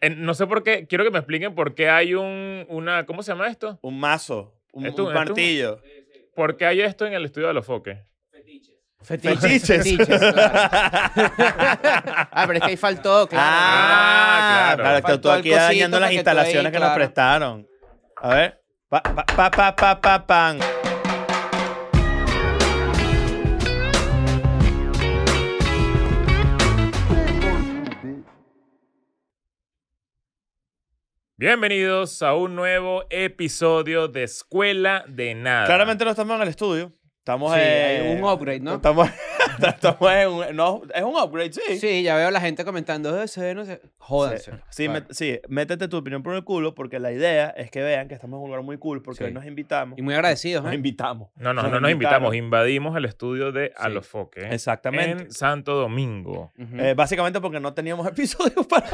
en- no sé por qué, quiero que me expliquen por qué hay un, una, ¿cómo se llama esto? Un mazo, un, Esto- un esto- martillo. ¿Por qué hay esto en el estudio de los foques? Fetiches. Fetiches. claro. ah, pero es que ahí faltó, claro. Ah, Ah, claro. claro. Claro, Faltó tú el aquí dañando las cosito para que tú instalaciones ahí, que nos claro. prestaron. A ver. Pa, pa, pa, pa, pa, pa, pan. Bienvenidos a un nuevo episodio de Escuela de Nada. Claramente no estamos en el estudio. Estamos Sí, en. hay un upgrade, ¿no? Estamos, estamos en un. No, es un upgrade, sí. Sí, ya veo la gente comentando, "Eh, se ve, no sé. Jódanse. Sí, Claro. met- sí, métete tu opinión por el culo porque la idea es que vean que estamos en un lugar muy cool porque Sí. hoy nos invitamos. Y muy agradecidos, Nos ¿eh? invitamos. No, no, Nos no nos invitamos, invitaron. invadimos el estudio de A los foques. Exactamente. En Santo Domingo. Ujú. Eh, básicamente porque no teníamos episodios para.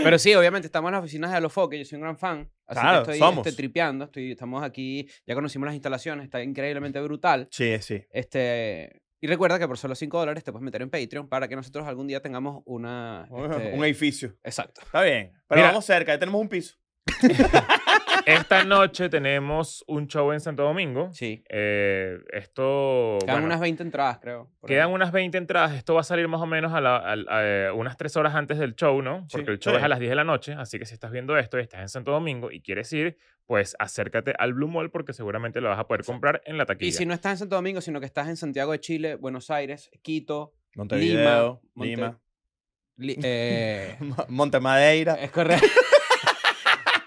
Pero sí, obviamente estamos en las oficinas de Alofoque, yo soy un gran fan. Así Claro, que estoy somos. este, tripeando, estoy, estamos aquí, ya conocimos las instalaciones, está increíblemente brutal. Sí, sí. Este, y recuerda que por solo 5 dólares te puedes meter en Patreon para que nosotros algún día tengamos una... este, Un edificio. Exacto. Está bien. Pero Mira. vamos cerca, ya tenemos un piso. Esta noche tenemos un show en Santo Domingo. Sí. Eh, esto. Quedan bueno, unas 20 entradas, creo. por ahí. Quedan unas 20 entradas. Esto va a salir más o menos a, la- al- a, eh, unas 3 horas antes del show, ¿no? Sí, Porque el show sí. es a las 10 de la noche. Así que si estás viendo esto y estás en Santo Domingo y quieres ir, pues acércate al Blue Mall porque seguramente lo vas a poder comprar en la taquilla. Y si no estás en Santo Domingo, sino que estás en Santiago de Chile, Buenos Aires, Quito, Montevideo, Lima, Monte- Lima, Li- eh, Mo- Montemadeira. es correcto.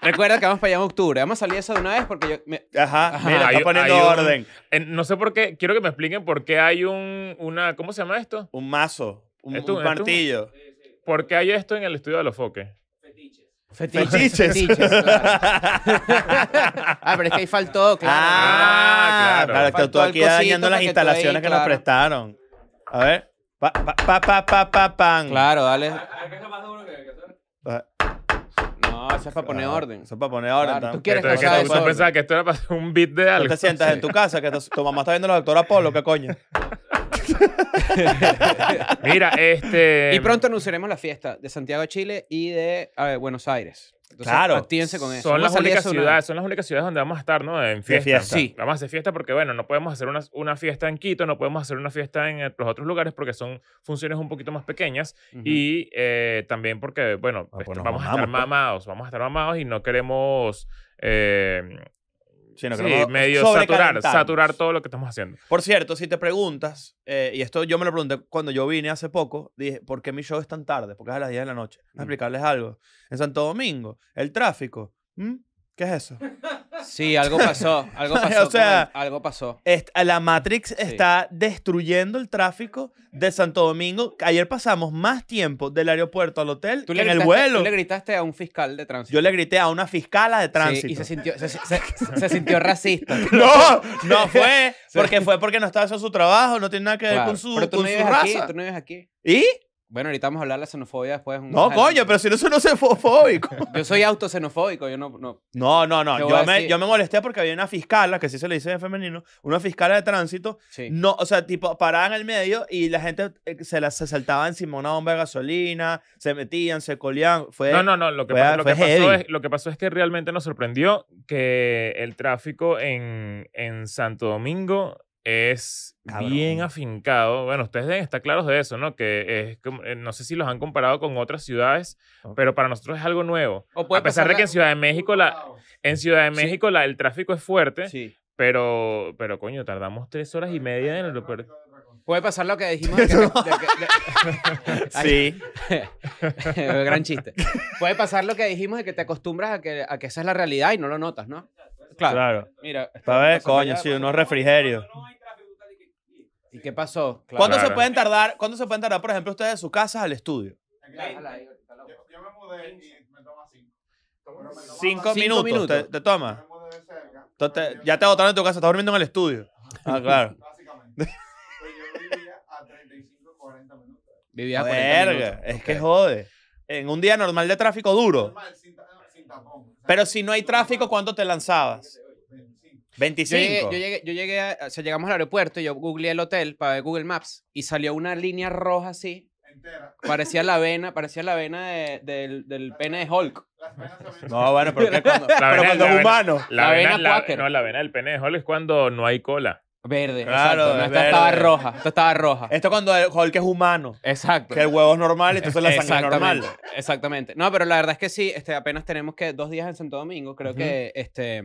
Recuerda que vamos para allá en octubre. Vamos a salir eso de una vez porque yo... me- Ajá, Eh, Ajá. mira, Hay está un- poniendo hay un- orden. En- no sé por qué. Quiero que me expliquen por qué hay un, una. ¿Cómo se llama esto? Un mazo, un, Esto- un esto- martillo. ¿Por qué hay esto en el estudio de los foques? Fetiches. Fetiches. claro. ah, pero es que ahí faltó, claro. Ah, Ah, claro, claro. estás tú Faltó el aquí cosito dañando para las que tú ahí, instalaciones que nos claro. prestaron. A ver. Pa, pa, pa, pa, pa, pa, pan. Claro, dale. Ah, No, eso es para poner ah, orden. Eso es para poner orden. Claro, tú tam- quieres Esto Este es que causar tú- tú desorden. pensabas que esto era para hacer un beat de No algo. te sientas en tu casa, que tu, tu mamá está viendo a la doctora Polo, ¿qué coño? Mira, este. Y pronto anunciaremos la fiesta de Santiago de Chile y de a ver, Buenos Aires. Entonces, Claro. Actívense con eso. Son Vamos a las salir únicas eso de una ciudades, vez. son las únicas ciudades donde vamos a estar, ¿no? En fiesta. fiesta. Sí. Vamos a hacer fiesta porque, bueno, no podemos hacer una, una fiesta en Quito, no podemos hacer una fiesta en eh, los otros lugares porque son funciones un poquito más pequeñas Ujú. y eh, también porque, bueno, pues este, nos vamos a mamamos, estar pues. mamados, vamos a estar mamados y no queremos... eh, Sí, no sí, queremos medio saturar, sobrecalentarnos. saturar todo lo que estamos haciendo. Por cierto, si te preguntas, eh, y esto yo me lo pregunté cuando yo vine hace poco, dije, ¿por qué mi show es tan tarde? Porque es a las 10 de la noche. Voy a Mm. explicarles algo. En Santo Domingo, el tráfico. ¿Mm? ¿Qué es eso? Sí, algo pasó. Algo O pasó. con sea, el- algo pasó. Est- la Matrix está destruyendo el tráfico de Santo Domingo. Ayer pasamos más tiempo del aeropuerto al hotel que en el gritaste- vuelo. tú le gritaste a un fiscal de tránsito. Yo le grité a una fiscala de tránsito. Sí, y se sintió, se, se- se sintió racista. No, no fue. Porque fue porque no estaba haciendo su trabajo, no tiene nada que ver Claro. con su, Pero tú con no su vives aquí, raza. tú no vives aquí. ¿Y? Bueno, ahorita vamos a hablar de la xenofobia después. un- No, coño, pero si no, eso no es xenofóbico. Yo soy autoxenofóbico, yo no... no. No, no, no. Te voy a Yo me, decir- yo me molesté porque había una fiscala, que sí se le dice en femenino, una fiscala de tránsito. Sí. No, o sea, tipo, parada en el medio y la gente eh, se, la, se saltaba encima una bomba de gasolina, se metían, se colían. Fue, No, no, no. Lo que, fue- pasó, lo fue que pasó heavy. es, lo que pasó es que realmente nos sorprendió que el tráfico en, en Santo Domingo es Cabrón. bien afincado. Bueno, ustedes deben estar claros de eso, ¿no? Que es como- eh, no sé si los han comparado con otras ciudades, Ok. pero para nosotros es algo nuevo. O puede A pesar de pasar que la- en Ciudad de México la en Ciudad de Sí. México la, el tráfico es fuerte, Sí. pero pero coño tardamos tres horas y media en el aeropuerto. Puede pasar lo que dijimos... de que- de que- de- Sí. Gran chiste. Puede pasar lo que dijimos de que te acostumbras a que, a que esa es la realidad y no lo notas, ¿no? Claro. Claro. Mira. Para estamos ver, pasando coño, ya- sí, unos refrigerios. ¿Y qué pasó? ¿Cuándo se Claro. pueden tardar, cuándo se pueden tardar, por ejemplo, ustedes de su casa al estudio? Yo, yo me mudé y me toma cinco. Pero me toma Cinco, Cinco minutos, Te, te minutos. más. toma. Yo me mudé de cerca. Entonces, Pero ya te yo- botaron en tu casa, estás durmiendo en el estudio. Ah, claro. Básicamente. Pues yo vivía a 35, 40 minutos. Ah, Vivía Verga, es que jode. En un día normal de tráfico duro. Normal, sin, ta- sin tapón. O sea, Pero si no hay tráfico, ¿cuánto te lanzabas? 25. Yo 25. llegué, yo llegué, yo llegué a- o sea, llegamos al aeropuerto y yo googleé el hotel para ver Google Maps y salió una línea roja así En entera. Parecía la vena, parecía la vena de- del, del pene de Hulk. Las venas se ven- No, bueno, pero ¿qué cuando, pero vena- cuando la es vena- humano. La, La vena, avena la- Quaker. no, la vena del pene de Hulk es cuando no hay cola. Verde, Claro, exacto. No, es esta estaba verde. roja, esta estaba roja. Esto cuando el Hulk es humano. Exacto. Que el huevo es normal, entonces la sangre es Exactamente, normal. Exactamente. No, pero la verdad es que sí, este, apenas tenemos que dos días en Santo Domingo. Creo que este,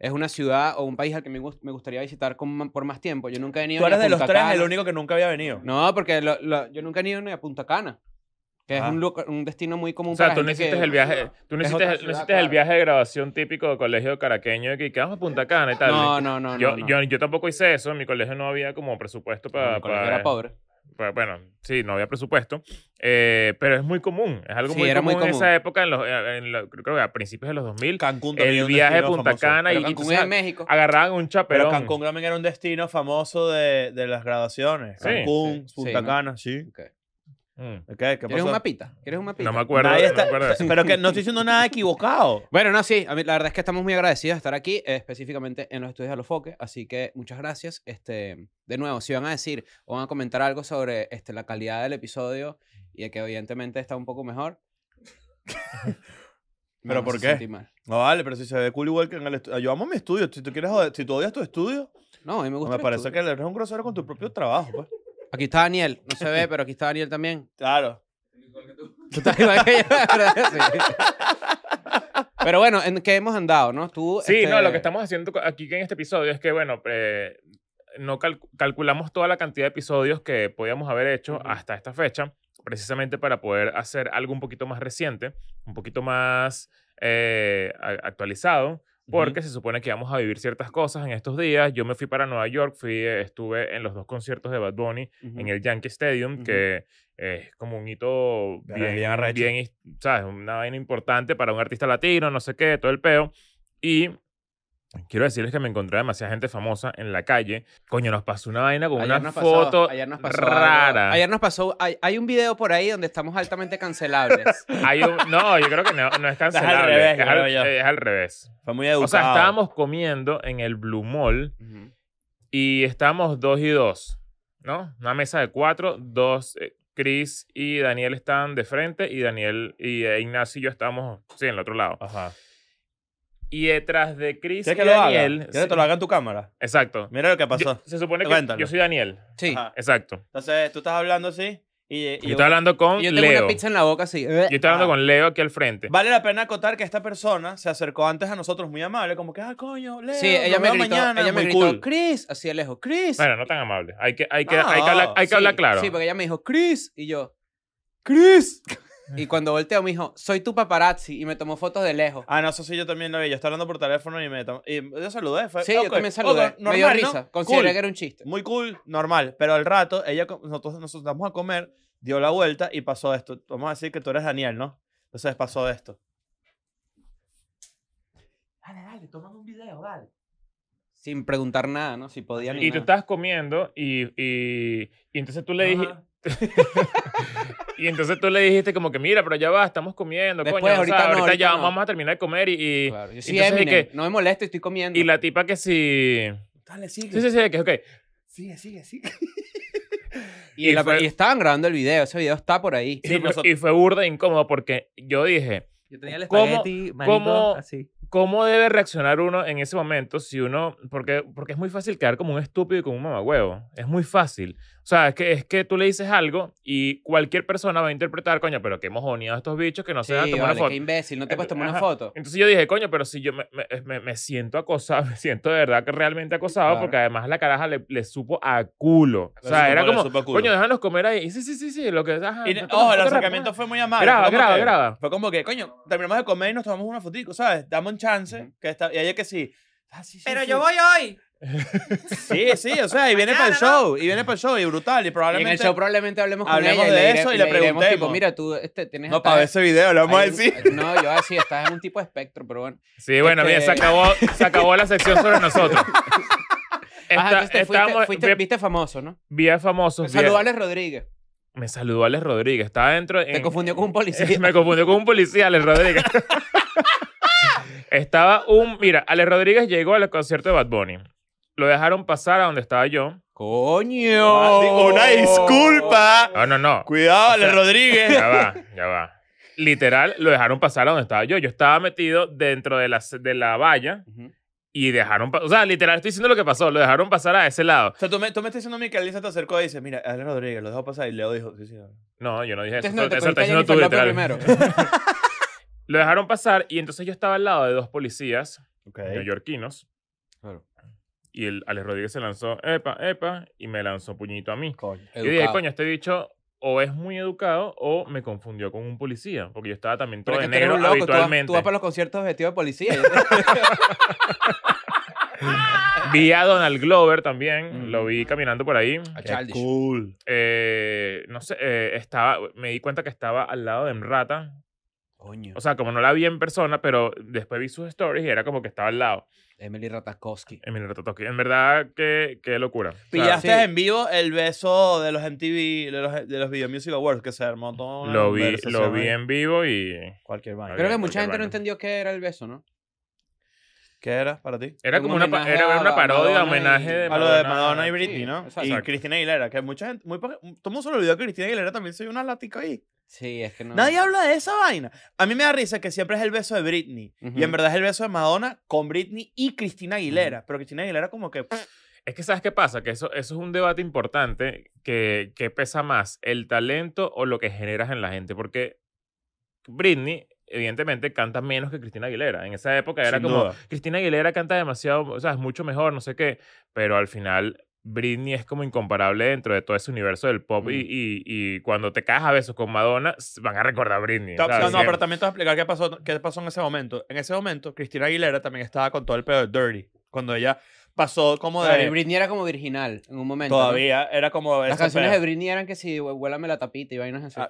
es una ciudad o un país al que me, gust- me gustaría visitar con ma- por más tiempo. Yo nunca he venido Tú ni a eres de los Punta tres Cana. el único que nunca había venido. No, porque lo- lo- yo nunca he ido ni a Punta Cana, que Ah. es un, lu- un destino muy común O sea, para tú no gente hiciste que- el viaje, tú no es hiciste, otra no ciudad, hiciste el claro. viaje de graduación típico de colegio caraqueño de que que vamos a Punta Cana y tal. No, no, no. yo, no, no. Yo, yo tampoco hice eso, en mi colegio no había como presupuesto No, para... mi colegio era pobre. pues, bueno, sí, no había presupuesto, eh, pero es muy común, es algo Sí, muy, era común muy en común. esa época, en los, en lo- creo que a principios de los 2000, Cancún también. era el un viaje de destino Punta famoso. Cana y, Pero y Cancún entonces es en México. agarraban un Pero chaperón. Cancún también era un destino famoso de, de las graduaciones. Sí. Cancún, Sí, Punta sí, ¿no? Cana, sí. Ok. Mm. ¿Qué, ¿Qué ¿Quieres un pasó? mapita? ¿Quieres un mapita? No me acuerdo, Nadie no está- me acuerdo de eso. Pero que no estoy diciendo nada equivocado. Bueno, no, sí. A mí, la verdad es que estamos muy agradecidos de estar aquí, eh, específicamente en los estudios de Alofoque. Así que muchas gracias. Este, de nuevo, si van a decir o van a comentar algo sobre este, la calidad del episodio y de que evidentemente está un poco mejor. ¿Pero me por hace qué? sentir mal. No vale, pero si se ve cool igual que en el estudio. Yo amo mi estudio. Si tú quieres joder- si tú odias tu estudio, pues No, a mí me gusta. me el parece que estudio. eres un grosero con tu propio trabajo, pues. Aquí está Daniel. No se ve, pero aquí está Daniel también. Claro. Tú estás igual que yo, la verdad, sí. Pero bueno, ¿en qué hemos andado, no? Tú, Sí, no, este, lo que estamos haciendo co- aquí en este episodio es que, bueno, eh, no cal- calculamos toda la cantidad de episodios que podíamos haber hecho Ujú. hasta esta fecha, precisamente para poder hacer algo un poquito más reciente, un poquito más eh, a- actualizado, porque se supone que vamos a vivir ciertas cosas en estos días. Yo me fui para Nueva York, fui, eh, estuve en los dos conciertos de Bad Bunny Ujú. en el Yankee Stadium, Ujú. que es como un hito Verga, bien, bien bien, arrecho. his- ¿sabes? Una vaina importante para un artista latino, no sé qué, todo el peo. Y quiero decirles que me encontré demasiada gente famosa en la calle. Coño, nos pasó una vaina con Ayer una nos pasó- foto ayer nos pasó algo- rara. Ayer nos pasó. Hay, hay un video por ahí donde estamos altamente cancelables. Hay un- no, yo creo que no, no es cancelable. revés, es, al, creo yo. es al revés. Fue muy educado. O sea, estábamos comiendo en el Blue Mall y estábamos dos y dos, ¿no? Una mesa de cuatro, dos, eh, Chris y Daniel estaban de frente y Daniel y eh, Ignacio y yo estábamos, sí, en el otro lado. Ajá. Y detrás de Chris y ¿Quieres que lo haga? Daniel... ¿Quieres que te lo haga en tu cámara? Exacto. Mira lo que pasó. Yo- se supone que Cuéntalo. yo soy Daniel. Sí. Ajá. Exacto. Entonces, tú estás hablando así y, y Yo estoy hablando con Y Yo tengo Leo. una pizza en la boca así. Yo estoy hablando Ajá. con Leo aquí al frente. Vale la pena acotar que esta persona se acercó antes a nosotros muy amable, como que, ah, coño, Leo, Sí, ella nos me vemos gritó, mañana, ella me muy gritó, cool. Chris, así de lejos, Chris. Bueno, no tan amable. Hay que, hay que, No, hay que, hablar, hay que Sí, hablar claro. Sí, porque ella me dijo, Chris, y yo, Chris. Y cuando volteo me dijo, soy tu paparazzi, y me tomó fotos de lejos. Ah, no, eso sí, yo también lo vi. Yo estaba hablando por teléfono y me... to- y yo saludé. Fue, Sí, ok, yo también saludé. ok, me dio ¿no? risa. Consideré Cool. que era un chiste. Muy cool, normal. Pero al rato, ella, co- nosotros nos sentamos a comer, dio la vuelta y pasó esto. Vamos a decir que tú eres Daniel, ¿no? Entonces pasó esto. Dale, dale, toman un video, dale. Sin preguntar nada, ¿no? Si podía ni y tú nada. estabas comiendo y, y, y entonces tú le dijiste... Ajá. Y entonces tú le dijiste como que, mira, pero ya va, estamos comiendo, Después, coño. o sea, ahorita no, ahorita ahorita ya no. vamos a terminar de comer y, y- Claro, yo sí, entonces, ¿y Eminem, qué? no me molesto, estoy comiendo. y la tipa que sí... Dale, sigue. Sí, sí, sí, que ok. Sigue, sigue, sigue. Y y la- fue- y estaban grabando el video, ese video está por ahí. y, fue, y fue burda e incómodo porque yo dije, Yo tenía el ¿Cómo- espagueti, marico, cómo- así. ¿cómo debe reaccionar uno en ese momento si uno... Porque, porque es muy fácil quedar como un estúpido y como un mamagüevo. Es muy fácil. O sea, es que, es que tú le dices algo y cualquier persona va a interpretar, coño, pero qué mojoneados estos bichos que no se Sí, van a tomar vale, una foto. qué imbécil, no te puedes tomar una Ajá. foto. Entonces yo dije, coño, pero si yo me, me- me- me siento acosado, me siento de verdad que realmente acosado, Claro. porque además la caraja le, le supo a culo. O Le sea, supo- era le como, supo a culo. coño, déjanos comer ahí. Y sí, sí, sí, sí, lo que ajá, Y, no, oh, no, el no, no, acercamiento fue muy amable. Graba, Fue como graba, que- graba. Fue como que, coño, terminamos de comer y nos tomamos una fotico, ¿sabes? Damos un chance. Que está, y ella que sí. Ah, sí, sí, sí. hoy. Sí, sí, o sea, y viene para el Mañana, show. Y viene para el show y brutal. Y Y en el probablemente. show probablemente hablemos con hablemos ella y de le dire- eso y le diremos, tipo, preguntemos. mira, tú este, tienes... no, estás- para ver ese video, le vamos a hay un- decir. No, yo voy a decir, estás en un tipo de espectro, pero bueno. Sí, bueno, Este- mira, se acabó, se acabó la sección sobre nosotros. Ajá, Está- entonces te fuiste, estábamos- fuiste- vi- viste famoso, ¿no? vi a famosos. vi a- Saludales Rodríguez. me saludó Alex Rodríguez. Estaba dentro. Te confundió con un policía. me confundió con un policía, Alex Rodríguez. Estaba un. Mira, Alex Rodríguez llegó al concierto de Bad Bunny. Lo dejaron pasar a donde estaba yo. ¡Coño! Digo, Una disculpa. Ah, No, no, no. Cuidado, Ale sea, Rodríguez. Ya va, ya va. Literal, lo dejaron pasar a donde estaba yo. Yo estaba metido dentro de la, de la valla Ujú. y dejaron. pa- O sea, literal, estoy diciendo lo que pasó. Lo dejaron pasar a ese lado. O sea, tú me, tú me estás diciendo a mí que Alicia te acercó y dice, mira, Ale Rodríguez, lo dejo pasar. Y Leo dijo, sí, sí. dale. No, yo no dije eso. Entonces, no, pero te eso lo cogiste a estás diciendo tú, Jennifer López literal. primero. Lo dejaron pasar y entonces yo estaba al lado de dos policías Ok. neoyorquinos Claro. y el Alex Rodríguez se lanzó, epa, epa, y me lanzó puñito a mí. Coño. Y dije, Educado. coño, este bicho o es muy educado o me confundió con un policía, porque yo estaba también todo Pero de es que tú negro eres un loco, tú vas- habitualmente. Tú vas para los conciertos vestido de policía. Vi a Donald Glover también, Mm. lo vi caminando por ahí. A Qué Childish. cool. Eh, no sé, eh, estaba, me di cuenta que estaba al lado de Mrata. Coño. O sea, como no la vi en persona, pero después vi sus stories y era como que estaba al lado. Emily Ratajkowski. En, en verdad, qué, qué locura. O sea, Pillaste sí. en vivo el beso de los MTV, de los, de los Video Music Awards, que se armó todo. una lo vi, conversación lo vi ahí. en vivo y Cualquier vaina. Creo que bien, mucha porque gente bueno. no entendió qué era el beso, ¿no? ¿Qué era para ti? era Un como una, pa- homenaje era a una parodia, Madonna homenaje y- de A Madonna. lo de Madonna y Britney, sí, ¿no? exacto. Y Cristina Aguilera, que mucha gente, muy poca- todo el mundo se le olvidó que Cristina Aguilera también se dio una latica ahí. Sí, es que no. Nadie habla de esa vaina. A mí me da risa que siempre es el beso de Britney. Y en Ujú. verdad es el beso de Madonna con Britney y Cristina Aguilera. Pero Cristina Aguilera como que... pff, Es que sabes qué pasa, que eso, eso es un debate importante que, que pesa más, el talento o lo que generas en la gente, porque Britney evidentemente canta menos que Cristina Aguilera. En esa época era sin como, duda. Cristina Aguilera canta demasiado, o sea, es mucho mejor, no sé qué, pero al final Britney es como incomparable dentro de todo ese universo del pop y, Mm. y- y cuando te caes a besos con Madonna, s- van a recordar a Britney. No, ¿sabes? no, no, Siempre. pero también te voy a explicar qué pasó, qué pasó en ese momento. En ese momento, Cristina Aguilera también estaba con todo el pedo de Dirty. Cuando ella pasó como de... Claro, y Britney era como virginal en un momento. ¿no? todavía era como... Las ese canciones de pedo. Britney eran que si huélame la tapita y vainas así. Ah,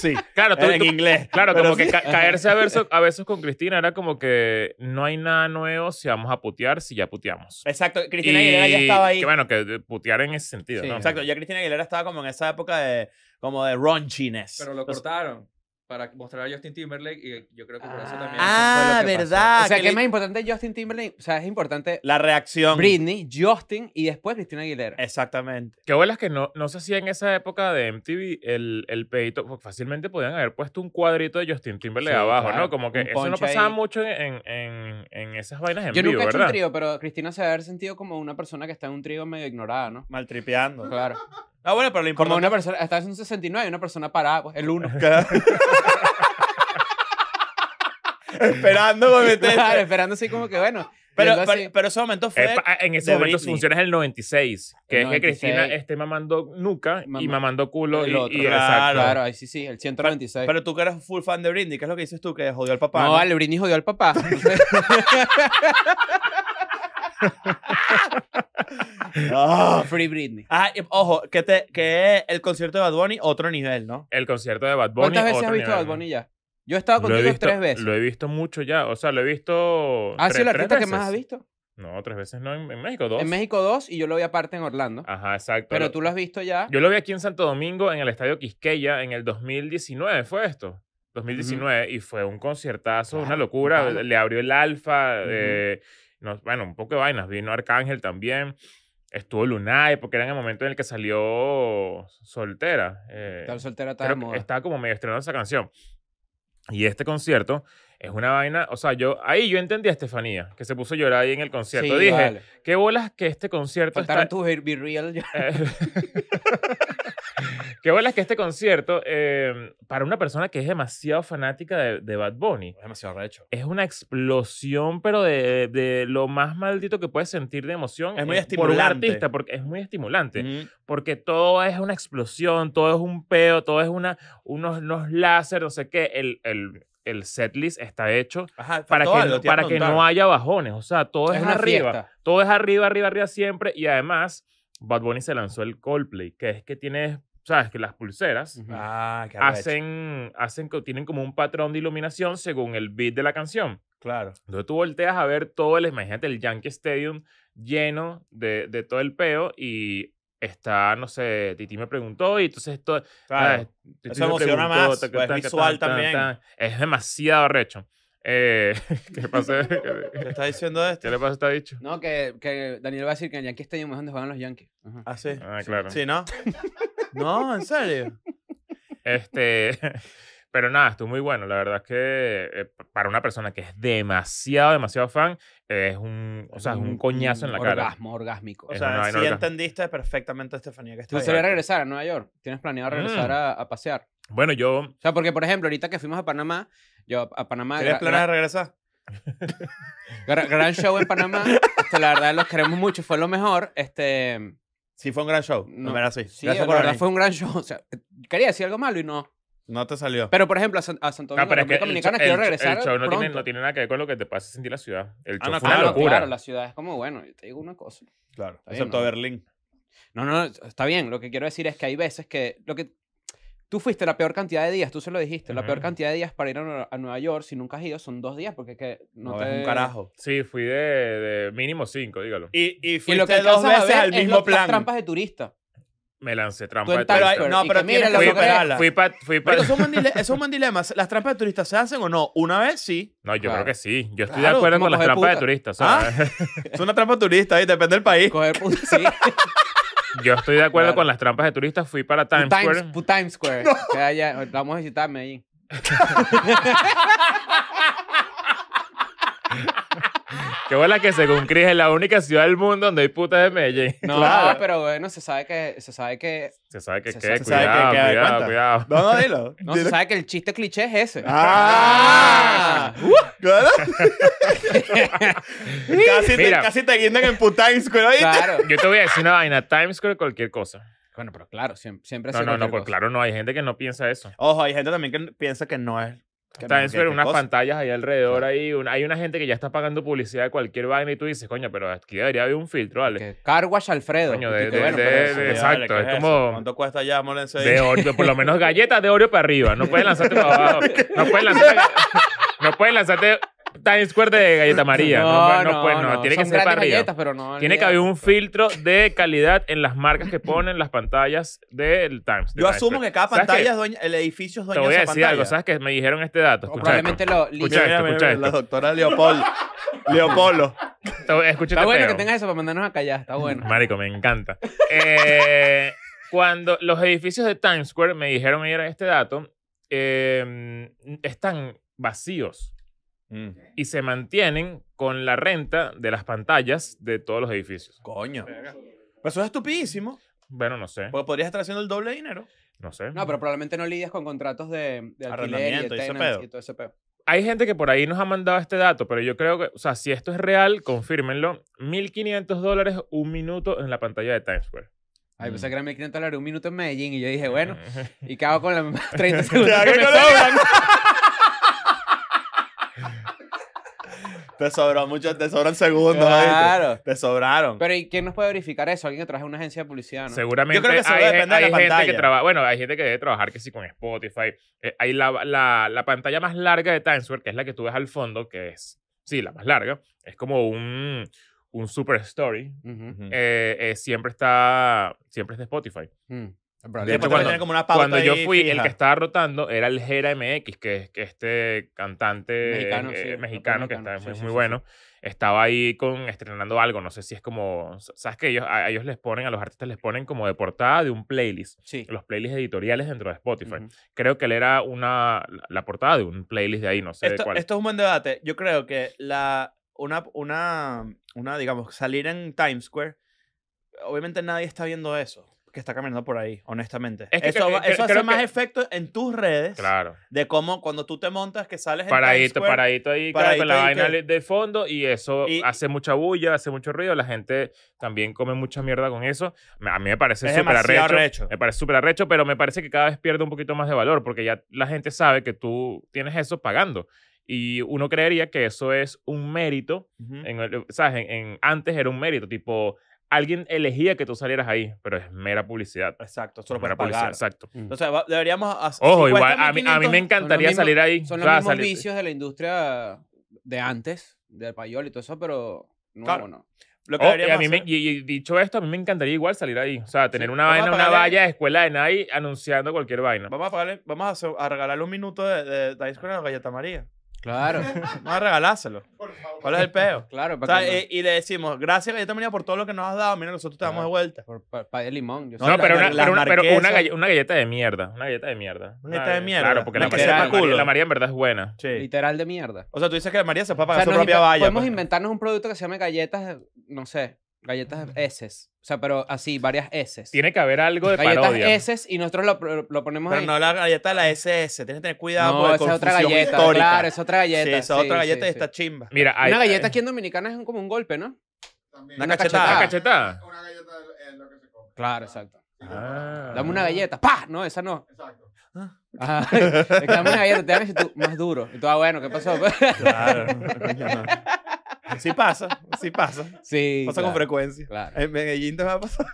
Sí, Claro, tú- era en tú- inglés. claro, Pero como sí. que ca- caerse a besos, a besos con Cristina era como que no hay nada nuevo si vamos a putear, si ya puteamos. Exacto, Cristina Aguilera ya estaba ahí. Que bueno, que de- putear en ese sentido, Sí. ¿no? Exacto, ya Cristina Aguilera estaba como en esa época de... Como de raunchiness. Pero lo Entonces, cortaron para mostrar a Justin Timberlake y yo creo que por eso también. Ah, eso fue lo que pasó. verdad. o sea, que que es le- más importante Justin Timberlake. O sea, es importante La reacción. Britney, Justin y después Cristina Aguilera. Exactamente. Qué bolas que no, no se hacía en esa época de MTV el, el pedito. porque Fácilmente podían haber puesto un cuadrito de Justin Timberlake Sí, abajo, claro, ¿no? Como que un eso no ponche pasaba ahí. mucho en, en- en esas vainas en Yo vivo, nunca he hecho ¿verdad? un trío, pero Cristina se debe haber sentido como una persona que está en un trío medio ignorada, ¿no? Maltripeando. Claro. Ah, bueno, pero lo Como importante. una persona, está en un 69 y una persona parada, pues, el uno. Esperando para meter. Claro, esperando así como que bueno. pero, viendo así. pero, pero ese momento fue. Es pa- en ese de momento Britney. funciona es el 96, que El es que Cristina 96. esté mamando nuca y Mamá- mamando culo. el y, otro. y- Claro. exacto. Claro, ahí sí, sí, el 196. Pero tú que eres full fan de Britney, ¿qué es lo que dices tú? Que jodió al papá. no, ¿no? vale, Britney jodió al papá. Ah. Free Britney. Ah, y- ojo, que, te, que el concierto de Bad Bunny, otro nivel, ¿no? El concierto de Bad Bunny. ¿Cuántas veces otro has visto a nivel. Bad Bunny ya? Yo he estado Lo he contigo visto, tres veces. Lo he visto mucho ya. O sea, lo he visto. ¿Ha sido el tres- tres artista que más veces. has visto? No, tres veces no. En, en México, dos. En México dos y yo lo vi aparte en Orlando. Ajá, exacto. pero tú lo has visto ya. Yo lo vi aquí en Santo Domingo, en el Estadio Quisqueya, en el 2019, fue esto. 2019, y fue un conciertazo, una Claro, locura. claro. Le abrió el Alfa, Ujú. eh, no- bueno, un poco de vainas. Vino Arcángel también. Estuvo Lunay, porque era en el momento en el que salió soltera. eh, Tal soltera está de creo que moda. estaba como medio estrenando esa canción. Y este concierto es una vaina. O sea, yo ahí yo entendí a Estefanía, que se puso a llorar ahí en el concierto. Sí, Dije, vale. qué bolas que este concierto Faltaron está, tus Be- Be Real. yo- Qué bueno es que este concierto, eh, para una persona que es demasiado fanática de, de Bad Bunny, demasiado recho. es una explosión, pero de, de lo más maldito que puedes sentir de emoción. Es muy eh, Por un estimulante. artista, porque es muy estimulante. Porque todo es una explosión, todo es un peo, todo es una, unos, unos láser, no sé qué. El, el, el setlist está hecho Ajá, para, que, algo, no- para que no haya bajones. O sea, todo es, una pues, arriba. fiesta. Todo es arriba, arriba, arriba siempre. Y además, Bad Bunny se lanzó el Coldplay, que es que tiene, sabes, que las pulseras Ujú. Ah, qué arrecho. hacen, hacen, co- tienen como un patrón de iluminación según el beat de la canción. Claro. Entonces tú volteas a ver todo el, imagínate el Yankee Stadium lleno de, de todo el peo y está, no sé, Titi me preguntó y entonces todo, Claro. ¿sabes? Titi Eso me emociona preguntó, más, taca, pues, es taca, tan, visual tan, también. tan. Es demasiado recho. Eh, ¿Qué pasa? ¿Qué ¿Qué está diciendo esto? qué le pasa? Está dicho. No, que, que Daniel va a decir que en Yankee Stadium es donde juegan los Yankees. Ajá. Ah, sí. Ah, claro. Sí, ¿no? No, en serio. Este, pero nada, estuvo muy bueno. La verdad es que eh, para una persona que es demasiado, demasiado fan, eh, es un, o sea, es un coñazo en la cara. Mm, Orgasmo, orgásmico. O Es sea, una vaina sí loca. entendiste perfectamente a Estefanía que ¿Te está Tú se la- ahí. gustaría regresar a Nueva York? ¿Tienes planeado regresar Mm. a, a pasear? Bueno, yo, O sea, porque, por ejemplo, ahorita que fuimos a Panamá, yo a Panamá, ¿Tienes gra- planes de regresar? gra- gran show en Panamá, este, la verdad los queremos mucho, fue lo mejor. Este, Sí, fue un gran show. No. No. Era así. sí, Gracias la por verdad venir. fue un gran show. O sea, quería decir algo malo y no. No te salió. Pero, por ejemplo, a, San- a Santo Ah, Domingo, pero es que República el, Dominicana, show- quiero el show- el regresar show no tiene, pronto. no tiene nada que ver con lo que te pasa sentir la ciudad. El Ah, show no, fue una claro, locura. Claro, la ciudad es como, bueno, te digo una cosa. claro. bien, Excepto ¿no? Berlín. No, no, está bien. Lo que quiero decir es que hay veces que lo que tú fuiste la peor cantidad de días, tú se lo dijiste, la peor Ujú. cantidad de días para ir a, Nue- a Nueva York si nunca has ido son dos días porque es que no, No, te es un carajo. Sí, fui de, de mínimo cinco, dígalo. Y, y Y lo que fuiste dos alcanzas a veces ver al es mismo lo- las plan. trampas de turista. Me lancé Tú trampa. en de turista. Times Square, no, y pero que mira tienes la que fui loca que- superarla. para... Fui pa- fui pa- Marico, eso es un dile- eso es un dilema. ¿Las trampas de turistas se hacen o no? Una vez sí. No, yo Claro. creo que sí. Yo estoy Claro, de acuerdo como con las coger trampas de puta. turistas. o sea, Es una trampa turista, ¿eh? depende del país. Coger pu- sí, yo estoy de acuerdo Claro. con las trampas de turistas. Fui para pu- Times Square. Times, pu- Times Square. Que haya- vamos a visitar Medellín. Qué bola que según Chris es la única ciudad del mundo donde hay putas de Medellín. No, Claro. pero bueno, se sabe que, se sabe que, Se sabe que Se qué, sabe que- cuidado, que- que hay cuidado, cuenta. cuidado. No, no, dilo. no, Dilo. se sabe que el chiste cliché es ese. ¡Ah! Claro. casi, te, Mira. casi te guindan en Putimes, pero ahí. Claro. Yo te voy a decir una vaina, Times Square cualquier cosa. Bueno, pero claro, siempre, siempre No, hace no, no, cualquier pues cosa. claro no, hay gente que no piensa eso. Ojo, hay gente también que piensa que no es. que no, que- Times Square, que unas cosa. pantallas ahí alrededor, ahí, un- hay una gente que ya está pagando publicidad de cualquier vaina y tú dices, coño, pero aquí debería haber un filtro, ¿vale? Que Car Wash Alfredo. Coño, Y de- tú, de- bueno, de- pero eso- de- Vale, exacto, ¿qué es eso? como- ¿Cuánto cuesta ya? Mólense ahí. De Oreo, por lo menos galletas de Oreo para arriba. No puedes lanzarte para abajo. No puedes lanzarte, no puedes lanzarte Times Square de galleta María. No, no, puedes, no. Tiene que son ser para gratis arriba. galletas, pero no Tiene que olvidar. haber un filtro de calidad en las marcas que ponen las pantallas del Times. de Yo Times asumo Square. que cada ¿Sabes qué? pantalla es dueña, el edificio es Te dueño voy a de decir esa pantalla. algo, ¿sabes qué? Me dijeron este dato. O Escucha probablemente esto. lo Escucha limpien. esto, escucha la esto. doctora Leopoldo. Leopoldo. Te voy- Escucha Está este bueno que peo. tengas eso para mandarnos a callar, está bueno. Marico, me encanta. Eh, cuando los edificios de Times Square me dijeron ayer este dato, eh, están vacíos y se mantienen con la renta de las pantallas de todos los edificios. Coño. Pero eso es estupidísimo. Bueno, no sé, Porque Pues podrías estar haciendo el doble de dinero. no sé. No, pero probablemente no lidias con contratos de, de alquiler y, Arrendamiento de y ese tenants pedo. y todo ese pedo. Hay gente que por ahí nos ha mandado este dato, pero yo creo que, o sea, si esto es real, confírmenlo. 1.500 dólares un minuto en la pantalla de Times Square. Ay, pues, Mm. pensé que eran 1500 dólares un minuto en Medellín y yo dije, bueno, ¿y qué hago con los 30 ¿Qué segundos? hago que me con los- sobran? Te sobró mucho, te sobran segundos. ¿viste? Claro. Te sobraron. Pero ¿y quién nos puede verificar eso? Alguien que trabaja en una agencia de publicidad, ¿no? Seguramente Yo creo que se va a hay, depender de hay la gente que pantalla. trabaja, bueno, hay gente que debe trabajar que sí con Spotify. Eh, hay la, la- la pantalla más larga de Times Square, que es la que tú ves al fondo, que es, sí, la más larga, es como un, un super story. Ujú. Ujú. Eh, eh, siempre está siempre está Spotify. Mm. de Después hecho, te cuando- ponen como una pauta Cuando yo ahí fui, el fija. que estaba rotando era el Jera MX, que es que este cantante Mexicano, eh, sí, eh, rapero mexicano que mexicano. está Sí, muy, sí, muy sí, bueno. Estaba ahí con estrenando algo, no sé si es como, sabes que ellos a ellos les ponen a los artistas les ponen como de portada de un playlist, Sí. los playlists editoriales dentro de Spotify. Ujú. Mm. Creo que él era una la- la portada de un playlist de ahí, no sé de esto, cuál. esto es un buen debate. Yo creo que la, una, una, una, digamos, salir en Times Square, obviamente nadie está viendo eso que está caminando por ahí, honestamente. Es que eso cre- va- cre- eso hace creo más que- efecto en tus redes Claro. de cómo cuando tú te montas que sales en Times Paradito, Square, paradito ahí, claro, Paradito con la ahí, vaina ¿qué? de fondo y eso Y- hace mucha bulla, hace mucho ruido. La gente también come mucha mierda con eso. Me- A mí me parece Es súper demasiado arrecho. arrecho. Me parece súper arrecho, pero me parece que cada vez pierde un poquito más de valor porque ya la gente sabe que tú tienes eso pagando. Y uno creería que eso es un mérito. Ujú. En, el- ¿sabes? En- en- antes era un mérito, tipo, alguien elegía que tú salieras ahí, pero es mera publicidad. Exacto, solo mera para publicidad, pagar. exacto. O sea, va- deberíamos hacer- Ojo, si igual, cuesta a mí, a mí me 1500, encantaría mismos- salir ahí. Son los ¿sabes? mismos Salir- vicios de la industria de antes, del payol y todo eso, pero nuevo Claro. no. lo que Oh, y, a deberíamos mí me- hacer- y- y dicho esto, a mí me encantaría igual salir ahí. O sea, tener Sí, una vamos a vaina, una pagarle- valla de escuela de nadie anunciando cualquier vaina. Vamos a pagarle, vamos a, hacer- a regalarle un minuto de, de Times Square a Galleta María. Claro, Vamos a regalárselo. Por favor. ¿Cuál es el peo? claro. O Para sea, eh, y, le decimos, gracias Galleta María por todo lo que nos has dado. Mira, nosotros te damos de vuelta. de limón. Yo No, No, soy- la- pero, la- una, la pero una- pero una marquesa- galle- una galleta de mierda. Una galleta de mierda. Una galleta de mierda. Claro, porque la, Una que María, sepa la María- culo. la María en verdad es buena. Sí. Literal de mierda. O sea, tú dices que María se puede O pagar sea, eh, su nos propia inven- valla. Podemos pues. inventarnos un producto que se llame galletas, no sé, galletas Mm. S. O sea, pero así, varias S. Tiene que haber algo de galletas parodia. S y nosotros lo, lo- lo ponemos Pero ahí. no la galleta de la SS. Tienes que tener cuidado No, porque esa es otra confusión galleta. histórica. Claro, esa es otra Sí, galleta. esa es otra sí, galleta sí, y sí. está chimba. Mira, hay, Una galleta aquí en Dominicana es como un golpe, ¿no? También. Una Una cachetada. Una cachetada. cachetada. Una galleta es lo que se come. Claro, exacto. Ah. Dame una galleta. ¡Pah! No, esa no. Exacto. Ajá. Es que Dame una galleta, te dan y tú, más duro. Y tú, ah, bueno, ¿qué pasó? Claro. coño, no. Sí pasa, sí pasa. sí. Pasa con claro, frecuencia. Eh. Claro. En Medellín te va a pasar.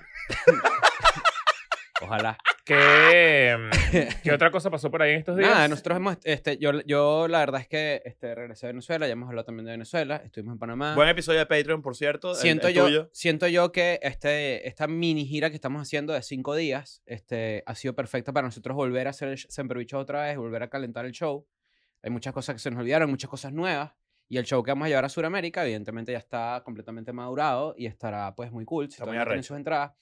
Ojalá. ¿Qué, mm, qué otra cosa pasó por ahí en estos días? Nada, nosotros hemos, este, yo, yo la verdad es que este, regresé a Venezuela, ya hemos hablado también de Venezuela, estuvimos en Panamá. Buen episodio de Patreon, por cierto. el- siento el yo, tuyo. siento yo que este, esta mini gira que estamos haciendo de cinco días este, ha sido perfecta para nosotros volver a hacer el sh- Semperbicho otra vez, volver a calentar el show. Hay muchas cosas que se nos olvidaron, muchas cosas nuevas. Y el show que vamos a llevar a Sudamérica, evidentemente, ya está completamente madurado y estará pues muy cool. Si Está muy todavía no tienen arrecho. sus entradas.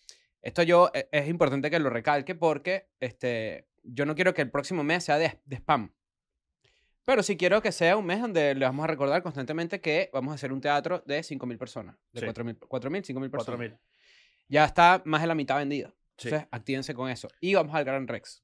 Esto yo e- es importante que lo recalque porque este, yo no quiero que el próximo mes sea de, de spam. Pero sí quiero que sea un mes donde le vamos a recordar constantemente que vamos a hacer un teatro de 5.000 personas. De Sí. 4.000, 4.000, 5.000 personas. 4000. Ya está más de la mitad vendido. Sí. Entonces, actívense con eso. Y vamos al Gran Rex.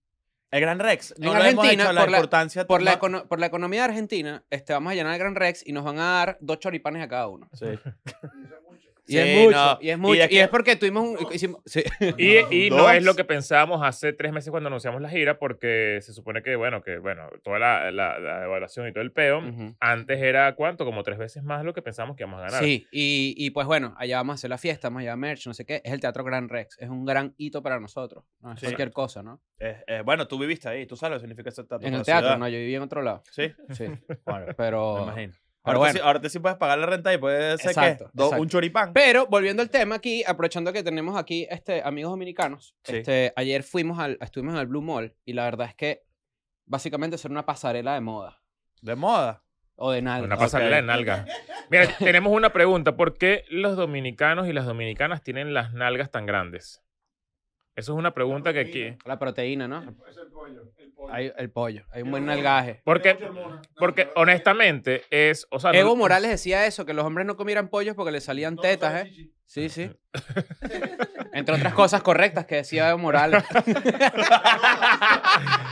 El Gran Rex. No En lo hemos Argentina, hecho, la por la- importancia. Por la, no- econo- por la economía de Argentina, este, vamos a llenar el Gran Rex y nos van a dar dos choripanes a cada uno. Sí. Y eso es mucho. Y Sí, es mucho. no. Y es Y mucho. Y, de aquí- es porque tuvimos un. hicimos- sí. Y, y no Dos. es lo que pensábamos hace tres meses cuando anunciamos la gira, porque se supone que, bueno, que bueno, toda la, la- la evaluación y todo el peo, Ujú. antes era cuánto, como tres veces más lo que pensábamos que íbamos a ganar. Sí, y, y pues bueno, allá vamos a hacer la fiesta, vamos a llevar merch, no sé qué. Es el Teatro Gran Rex. Es un gran hito para nosotros. No es Sí. cualquier cosa, ¿no? Eh, eh, bueno, tú viviste ahí, tú sabes lo que significa ese tatuaje. En para el la teatro, ciudad. no, yo viví en otro lado. Sí, Sí, bueno, pero. me imagino. Pero Ahora, bueno. tú, sí- ah. ahora tú sí puedes pagar la renta y puedes ser Exacto, que do- exacto. un choripán. Pero volviendo al tema aquí, aprovechando que tenemos aquí este, amigos dominicanos, Sí. este, ayer fuimos al, estuvimos en el Blue Mall y la verdad es que básicamente son una pasarela de moda De moda. o de nada. Una pasarela de nalgas. Mira, tenemos una pregunta. ¿Por qué los dominicanos y las dominicanas tienen las nalgas tan grandes? Eso es una pregunta que aquí... La proteína, ¿no? Es el pollo. El pollo. Hay el pollo, hay un buen nalgaje. Porque, Tiene mucha hormona. No, porque pero- honestamente es... O sea, no- Evo Morales decía eso, que los hombres no comieran pollos porque le salían no, no sabe tetas, ¿eh? chichi. Sí, sí. Entre otras cosas correctas que decía Evo Morales. Esa es la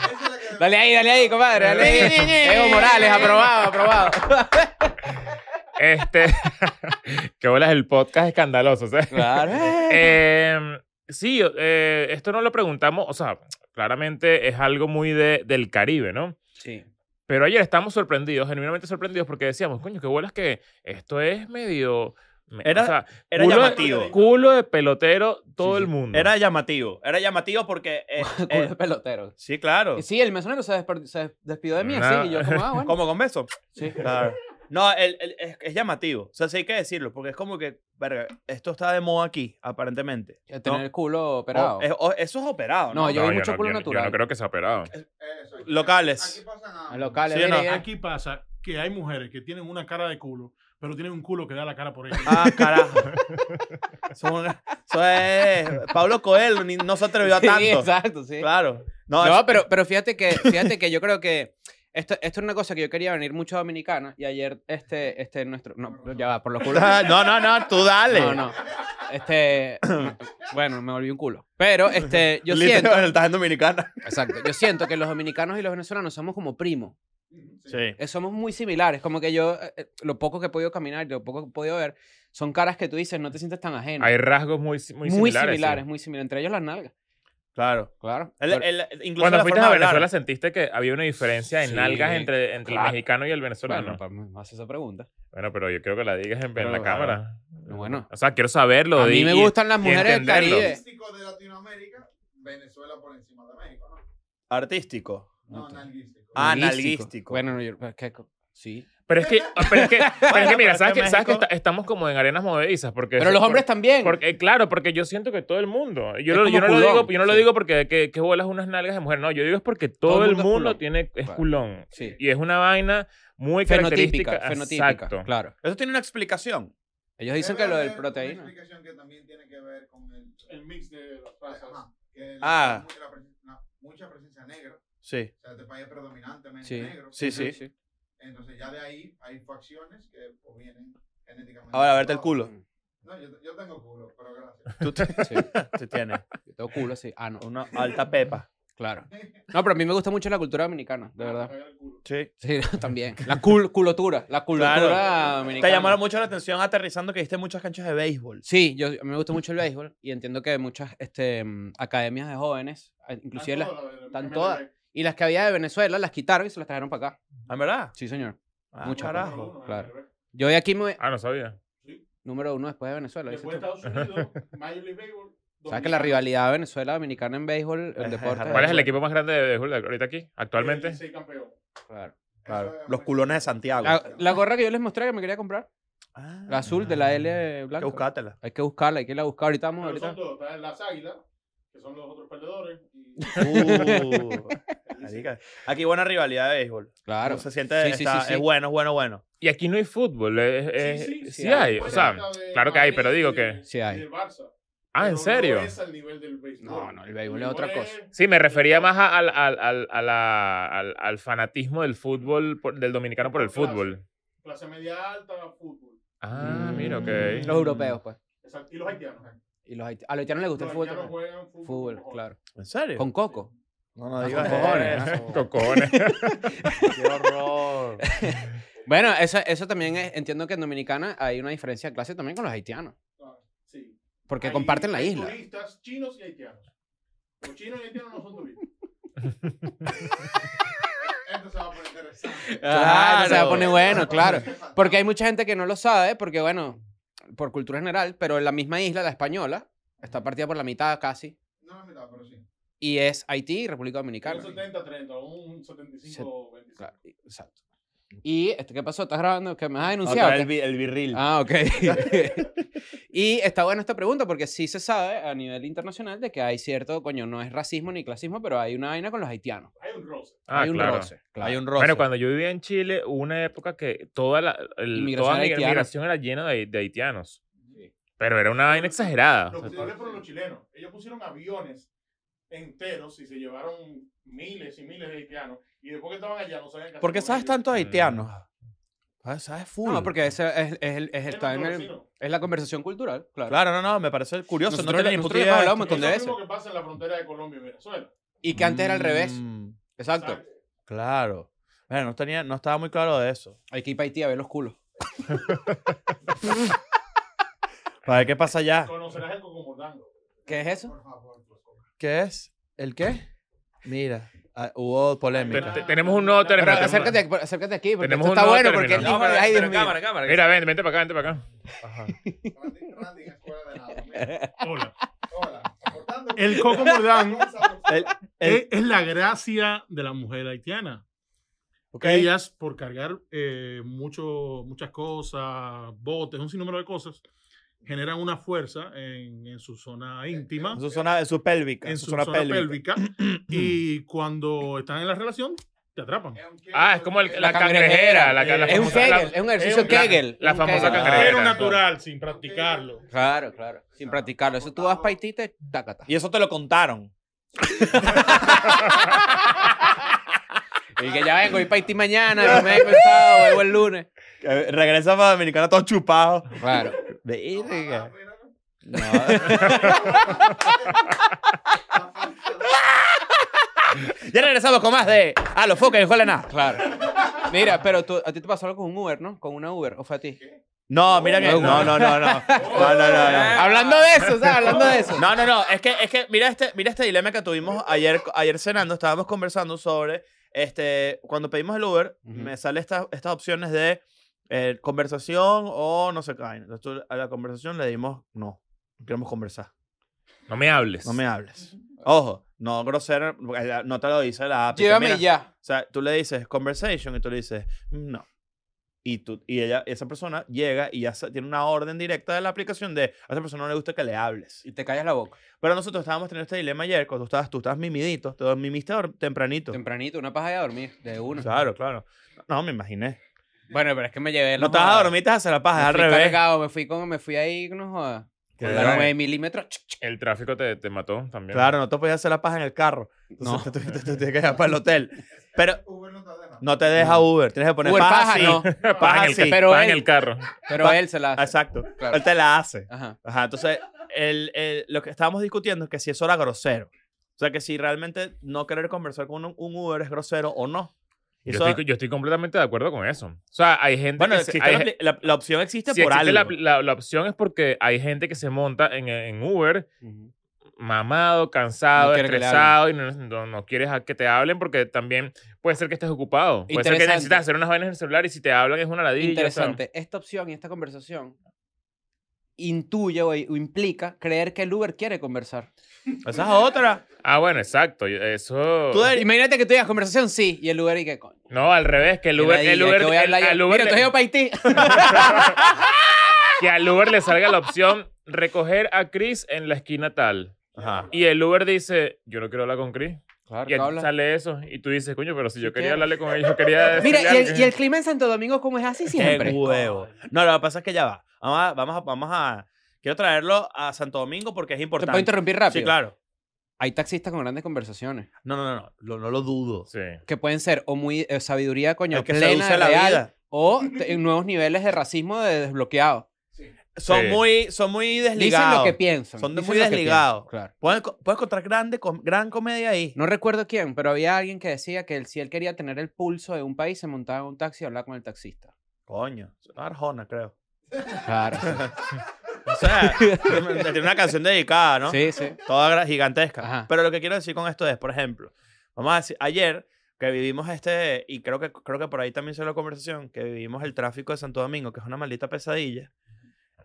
que- Dale ahí, dale ahí, compadre, dale ahí. Evo Morales, aprobado, aprobado. Este... que bolas, el podcast escandaloso, ¿sabes? Claro. Eh, sí, eh, esto no lo preguntamos, o sea, claramente es algo muy de- del Caribe, ¿no? Sí. Pero ayer estábamos sorprendidos, genuinamente sorprendidos, porque decíamos, coño, qué bolas que esto es medio... me- Era- o sea, Era Culo de- llamativo. culo de pelotero todo el mundo. Era llamativo. Era llamativo porque. eh, Culo eh, de pelotero. sí, claro. Y Sí, el mesonero se, desper- se despidió de mí Nada. así. Y yo, como, ah, bueno. Como con beso. Sí. Claro. No, el- el- es, es llamativo. O sea, sí hay que decirlo, porque es como que, verga, esto está de moda aquí, aparentemente. Que ¿no? Tener el culo operado. O- es- o- eso es operado, ¿no? No, yo vi mucho no, culo yo no- natural. Yo no creo que sea operado. Eso, aquí- Locales. Aquí pasan a- A locales, Sí, mira, no. mira. Aquí pasa que hay mujeres que tienen una cara de culo, pero tienen un culo que da la cara por ella. Ah, carajo. Son una- Eso es. Pablo Coelho ni- no se atrevió a Sí, tanto. exacto, sí. Claro. No, No, es- pero, pero fíjate que fíjate que yo creo que esto, esto es una cosa que yo quería venir mucho a Dominicana y ayer este este nuestro no ya va por los culos. No, no, no, tú dale. No, no. Este bueno, me volví un culo. Pero este yo Literal, siento, estás en Dominicana. exacto, yo siento que los dominicanos y los venezolanos somos como primos. Sí. Eh, somos muy similares, como que yo eh, eh, lo poco que he podido caminar, lo poco que he podido ver, son caras que tú dices, no te sientes tan ajeno. Hay rasgos muy, si- muy, muy similares. similares, sí. muy similares, entre ellos las nalgas. Claro. Claro. El- Pero- el- incluso Cuando la fuiste forma a de hablar. Venezuela, ¿sentiste que había una diferencia en Sí, nalgas entre, entre claro. el mexicano y el venezolano? bueno, pues, me hace esa pregunta. Bueno, pero yo creo que la digas en, en Pero, la claro. cámara. Bueno. O sea, quiero saberlo. a mí di- me y- gustan las y mujeres del entenderlo. Caribe. Artístico de Latinoamérica, Venezuela por encima de México, ¿no? Artístico. No, Ok. analguístico. Ah, Analístico. analístico. Bueno, no, yo, es pues, que- sí. Pero es que, ah, pero es que, pero es que Bueno, mira, pero ¿sabes es que que, sabes que México- esta- estamos como en arenas movedizas? Porque Pero los por- hombres también. porque- claro, porque yo siento que todo el mundo. Yo, Es lo- yo como no, lo culón, digo, yo no lo sí. digo porque que, que bolas unas nalgas de mujer. No, yo digo es porque todo, el mundo, es culón. tiene, es Vale. culón. Sí. Y es una vaina muy característica. Fenotípica, fenotípica. Exacto. Claro. Eso tiene una explicación. Ellos dicen que lo del proteína. Una explicación que también tiene que ver con el, El mix de las razas. Ajá, que el- Ah. mucha presencia- no, mucha presencia negra. Sí. O sea, este país es predominantemente Sí. negro. Sí, sí. Entonces ya de ahí hay facciones que provienen genéticamente. Ahora, a verte el No, culo. No, yo, yo tengo culo, pero gracias. Tú te- Sí. te tienes Yo tengo culo, sí. Ah, no. una alta pepa. Claro. No, pero a mí me gusta mucho la cultura dominicana, de verdad. Sí. Sí, también. La cul- culotura. La cultura Claro. dominicana. Te llamaron mucho la atención aterrizando que viste muchas canchas de béisbol. Sí, yo, a mí me gusta mucho el béisbol y entiendo que muchas este, mm, academias de jóvenes, eh, inclusive las, están todas. y las que había de Venezuela, las quitaron y se las trajeron para acá. ¿En verdad? Sí, señor. Ah, Muchas. Carajo. Claro. Yo de aquí me... Ah, no sabía. Número uno después de Venezuela. dices Después tú. de Estados Unidos, Major League Baseball. ¿Sabes que la rivalidad de Venezuela dominicana en béisbol, el Es- es deporte? arrecho. ¿Cuál es el equipo más grande de béisbol de ahorita aquí, actualmente? Sí, campeón. Claro. Claro. Los culones de Santiago. La, la gorra que yo les mostré que me quería comprar, Ah. la azul de la L Hay que blanca. buscártela. Hay que buscarla, hay que ir a buscar. Ahorita vamos, ahorita. Pero son dos, están las águilas, que son los otros perdedores. Y Uh, marica. Aquí buena rivalidad de béisbol. Claro. Uno Se siente, Sí, sí, está- sí, sí. es bueno, es bueno, bueno. Y aquí no hay fútbol. es- es- Sí, sí, sí, sí hay. hay. O sea, claro que hay, pero digo que- Sí hay. ah, ¿en serio? No es al nivel del béisbol. No, no, el béisbol es otra cosa. Sí, me refería más a- al, al- al- a la- al- al fanatismo del fútbol, por- del dominicano por el fútbol. Clase media alta, fútbol. Ah, mira, Mm, ok. Los europeos, pues. Exacto. Y los haitianos. Y los haiti- a los haitianos les gusta Los el fútbol haitianos también. juegan fútbol. Fútbol, con claro. ¿En serio? Con coco. No, no Ah, digas con cojones, eso. eh. Cocones. Qué horror. Bueno, eso, eso también es- entiendo que en Dominicana hay una diferencia de clase también con los haitianos. cojones. Sí. Porque Ahí comparten la hay isla. Turistas chinos y haitianos. Los chinos y haitianos no son turistas. Esto se va a poner interesante. Claro. Se va a Claro. poner bueno, claro. Exacto. Porque hay mucha gente que no lo sabe, porque bueno, por cultura general, pero en la misma isla, la española, está partida por la mitad casi, No la mitad, pero sí. y es Haití y República Un Dominicana. 70-30, un 75-25. Claro, y- exacto. ¿Y este, qué pasó? ¿Estás grabando? ¿Que me vas a denunciar? Otra vez el, o qué? vi- el virril. Ah, ok. y está buena esta pregunta porque sí se sabe a nivel internacional de que hay cierto, coño, no es racismo ni clasismo, pero hay una vaina con los haitianos. Hay un roce. Ah, hay un claro. roce. claro. Hay un roce. Bueno, cuando yo vivía en Chile, hubo una época que toda la el- Inmigración toda era mi haitiana. migración era llena de, de haitianos. Pero era una vaina Ah, exagerada. Los O que sea, fueron los chilenos. Ellos pusieron aviones enteros y se llevaron miles y miles de haitianos. Y después que estaban allá no sabían qué hacer ¿Por qué con sabes ellos. tanto de haitianos? Mm. Ah, ¿Sabes full? No, porque ese es, es el- es el- Eran está en el- vecinos. es la conversación cultural, claro. Claro, no, no, me parece curioso. Nosotros no tenía le- ni puta nosotros le idea. hemos de hablado esto. de es eso. lo mismo que pasa en la frontera de Colombia y Venezuela. Y que antes era al revés. Mm, Exacto. ¿sabes? claro. Bueno, no, tenía, no estaba muy claro de eso. Hay que ir para Haití a ver los culos. Para ver qué pasa allá. Conocerás el cocomotango. ¿Qué es eso? Por favor, por favor. ¿Qué es? ¿El qué? Mira, ah, hubo te- polémica. te- tenemos un nuevo término. Pero tenemos- acércate, acércate aquí, porque tenemos esto un está nuevo bueno, porque él término. dijo, No, pero, ay, Dios pero mío. cámara, cámara. Mira, ven, vente para acá, vente para acá. Randy, Randy, en escuela de nada. mira. Hola. Hola. Aportando- El coco mordán El- es, es la gracia de la mujer haitiana. Ok. que Ellas, por cargar eh, mucho, muchas cosas, botes, un sinnúmero de cosas, generan una fuerza en, en su zona Eh, íntima, En su zona, en su pélvica. en su zona, pélvica, y cuando están en la relación, te atrapan. Es un quiero- Ah, es como el- quiero- la cangrejera. la- la Es eh, Es un famosa- la- Kegel, es un ejercicio un- Kegel. la es un famosa Kegel. cangrejera. Pero natural, sin eh, practicarlo. Claro, claro. Sin practicarlo. Eso tú vas para Haití y te tacata. Y eso te lo contaron. Y que ya vengo, voy para Haití mañana, no me he pensado, vuelvo el lunes. Eh, Regresa para Dominicana todo chupado. Claro. Verga. Ah, mira, no. No. ya regresamos con más de. Ah, los focos, en nada. Claro. Mira, pero tú, a ti te pasó algo con un Uber, ¿no? Con una Uber, o fue a ti. No, mira que. No, no, no, no. No, no, no. no. Hablando de eso, ¿sabes? Hablando de eso. No, no, no. Es que, es que mira, este, mira este dilema que tuvimos ayer, ayer cenando. Estábamos conversando sobre. Este, cuando pedimos el Uber, Ujú. me salen estas estas opciones de eh, conversación o no sé qué. vaina. Entonces tú a la conversación le dimos no. No queremos conversar. No me hables. No me hables. Ojo, no grosero. porque la- No te lo dice la app. y que Llévame mira- ya. O sea, tú le dices conversation y tú le dices "Mm, no. y, tú, y ella, esa persona llega y ya sa- tiene una orden directa de la aplicación de a esa persona no le gusta que le hables. Y te callas la boca. Pero nosotros estábamos teniendo este dilema ayer, cuando tú estabas, tú estabas mimidito, te mimiste dor- tempranito. Tempranito, una paja y a dormir, de una. Claro, claro. No, me imaginé. Bueno, pero es que me llevé la No estabas joda. a dormir, te haces la paja, Me al fui revés. cargado, me fui con, me fui ahí, no jodas. Qué Con bien. la 9 milímetros. ch, ch, El tráfico te, te mató también. Claro, no te podías hacer la paja en el carro. Entonces No. te tuviste- te tienes que ir para el hotel. Pero Uber no te deja. no te deja Uber, tienes que poner Uber, paja, paja, sí. no. Paja en el, sí. ca- Pero paja en él- el carro. Pero Pa- él se la hace. Exacto. Claro. Él te la hace. Ajá. Ajá, entonces el, el- lo que estábamos discutiendo es que si eso era grosero. O sea, que si realmente no querer conversar con un, un Uber es grosero o no. Y Yo eso- estoy, yo estoy completamente de acuerdo con eso. O sea, hay gente bueno, que se- existe hay la, ge- pli- la- la opción existe si por existe la, algo. la- la opción es porque hay gente que se monta en, en Uber mamado, No cansado, quiere que le estresado y no, no- no quieres a que te hablen porque también puede ser que estés ocupado. Puede ser que Interesante. necesitas hacer unas vainas en el celular y si te hablan es una ladilla. o sea, Interesante. Esta opción y esta conversación intuye o, o implica creer que el Uber quiere conversar. Esa es otra. Ah, bueno, exacto. y- Eso... Tú deberías- Imagínate que tú digas conversación, sí, y el Uber y que coño. No, al revés, que el qué Uber... ladilla, El Uber, que voy a el- hablar yo. al Uber Mira, le- te llevo para Haití. que al Uber le salga la opción recoger a Chris en la esquina tal. Ajá. Y el Uber dice, yo no quiero hablar con Chris. Claro, Y que a ti habla. sale eso. Y tú dices, coño, pero si yo Sí, quería claro. hablarle con él, yo quería... Mira, decirle y algo". el, y el clima en Santo Domingo, ¿cómo es así Qué siempre? huevo. No, lo que pasa es que ya va. Vamos a, vamos a, vamos a- Quiero traerlo a Santo Domingo porque es Te puedo importante. interrumpir rápido. Sí, claro. Hay taxistas con grandes conversaciones No, no, no, no. Lo- no lo dudo. Sí. que pueden ser o muy eh, sabiduría, coño, El que plena, seduce la real, vida. o te- nuevos niveles de racismo de desbloqueado. Son Sí. muy, son muy Dicen lo desligados. que piensan. Son de- dicen muy lo que desligados. piensan, Claro. Puedes, co- puedes encontrar grande, com- gran comedia ahí. No recuerdo quién, pero había alguien que decía que él- si él quería tener el pulso de un país, se montaba en un taxi y hablaba con el taxista. Coño. Arjona, creo. Claro. O sea, tiene una canción dedicada, ¿no? Sí, sí. Toda gra- gigantesca. Ajá. Pero lo que quiero decir con esto es, por ejemplo, vamos a decir, ayer que vivimos este, y creo que, creo que por ahí también se la conversación, que vivimos el tráfico de Santo Domingo, que es una maldita pesadilla.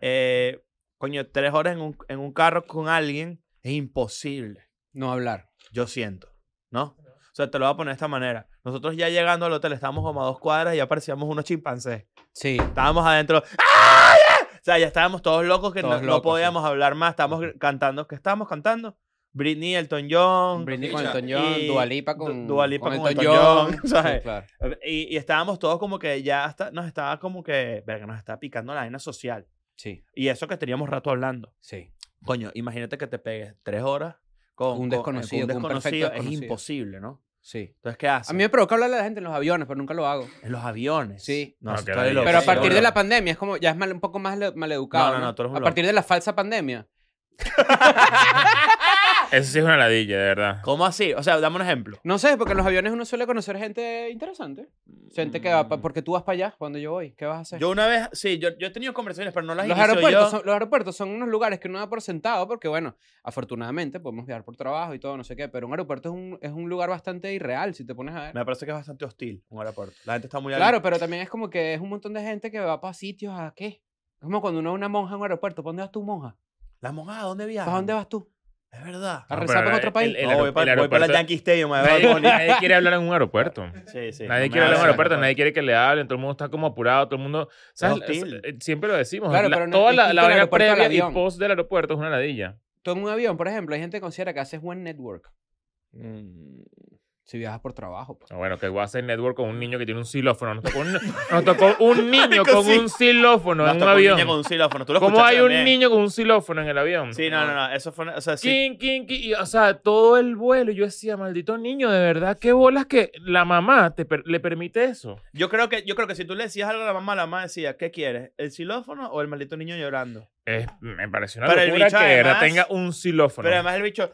Eh, coño, tres horas en un, en un carro con alguien es imposible, No hablar. yo siento, ¿no? O sea, te lo voy a poner de esta manera. Nosotros ya llegando al hotel estábamos como a dos cuadras y ya parecíamos unos chimpancés. Sí. Estábamos adentro. ¡Ah! O sea, ya estábamos todos locos que no, Todos no locos, podíamos hablar más. Estábamos gr- cantando. ¿Qué estábamos cantando? Britney, Elton John. Britney con Escucha, Elton John, y Dualipa Du- con, Dua Lipa con Elton Elton John, John. ¿sabes? Sí, claro. Y, y estábamos todos como que ya hasta, nos estaba como que, verga, nos estaba picando la vaina social. Sí, Y eso que teníamos rato hablando. sí. Coño, imagínate que te pegues tres horas con Un con- desconocido, con con un un perfecto desconocido. es desconocido. imposible, ¿no? Sí. Entonces, ¿qué haces? A mí me provoca hablarle a la gente en los aviones, pero nunca lo hago. En los aviones. Sí. No, Ah, eso qué está de ladilla. locos. Pero a sí, partir bueno. de la pandemia es como, ya es mal- un poco más le- maleducado. No, no, no, tú eres un A loco. partir de la falsa pandemia. Eso sí es una ladilla, de verdad. ¿Cómo así? O sea, dame un ejemplo. No sé, porque en los aviones uno suele conocer gente interesante. Gente que va, pa- porque tú vas para allá cuando yo voy. ¿Qué vas a hacer? Mm. Yo una vez, sí, yo, yo he tenido conversaciones, pero no las los, inicio aeropuertos yo. son, los aeropuertos son unos lugares que uno da por sentado porque, bueno, afortunadamente podemos viajar por trabajo y todo, no sé qué, pero un aeropuerto es un, es un lugar bastante irreal si te pones a ver. Me parece que es bastante hostil un aeropuerto. La gente está muy Claro, pero también es como que es un montón de gente que va para sitios a qué. Es como cuando uno es una monja en un aeropuerto. ¿Para dónde vas tú, monja? ¿La monja a dónde viaja? ¿Para dónde vas tú? Es verdad. A No, rezar pero para otro el- país. Ah, el- el No, voy aeropu- para el el, voy para el aeropuerto- Yankee Stadium. a ver, Nadie, Bad Bunny. nadie quiere hablar en un aeropuerto. Sí, Nadie sí, quiere no me pues. hablar en un hagas aeropuerto, eso. nadie quiere que le hablen, todo el mundo está como apurado, todo el mundo... ¿sabes? hostil. Eh, Siempre lo decimos. Claro, la- pero no- toda es la, distinto la el vaina aeropuerto al previa y avión. post del aeropuerto es una ladilla. Tú en un avión, por ejemplo, hay gente que considera que haces buen network Mm, si viajas por trabajo. pues. Ah, Bueno, que voy a hacer network con un niño que tiene un xilófono. Nos tocó un, nos tocó un niño Marico, con sí. un xilófono nos en un tocó un niño avión. con un xilófono. ¿Tú lo ¿Cómo escuchaste hay un también? niño con un xilófono en el avión? Sí, no, no, no. Eso fue. una- O sea, sí. King, king, king, y, o sea, todo el vuelo. Yo decía, maldito niño, de verdad, qué bolas que la mamá te per- le permite eso. Yo creo, que, yo creo que si tú le decías algo a la mamá, la mamá decía, ¿qué quieres? ¿El xilófono o el maldito niño llorando? Es- me pareció una Pero el locura bicho que de verdad además- tenga un xilófono. Pero además el bicho.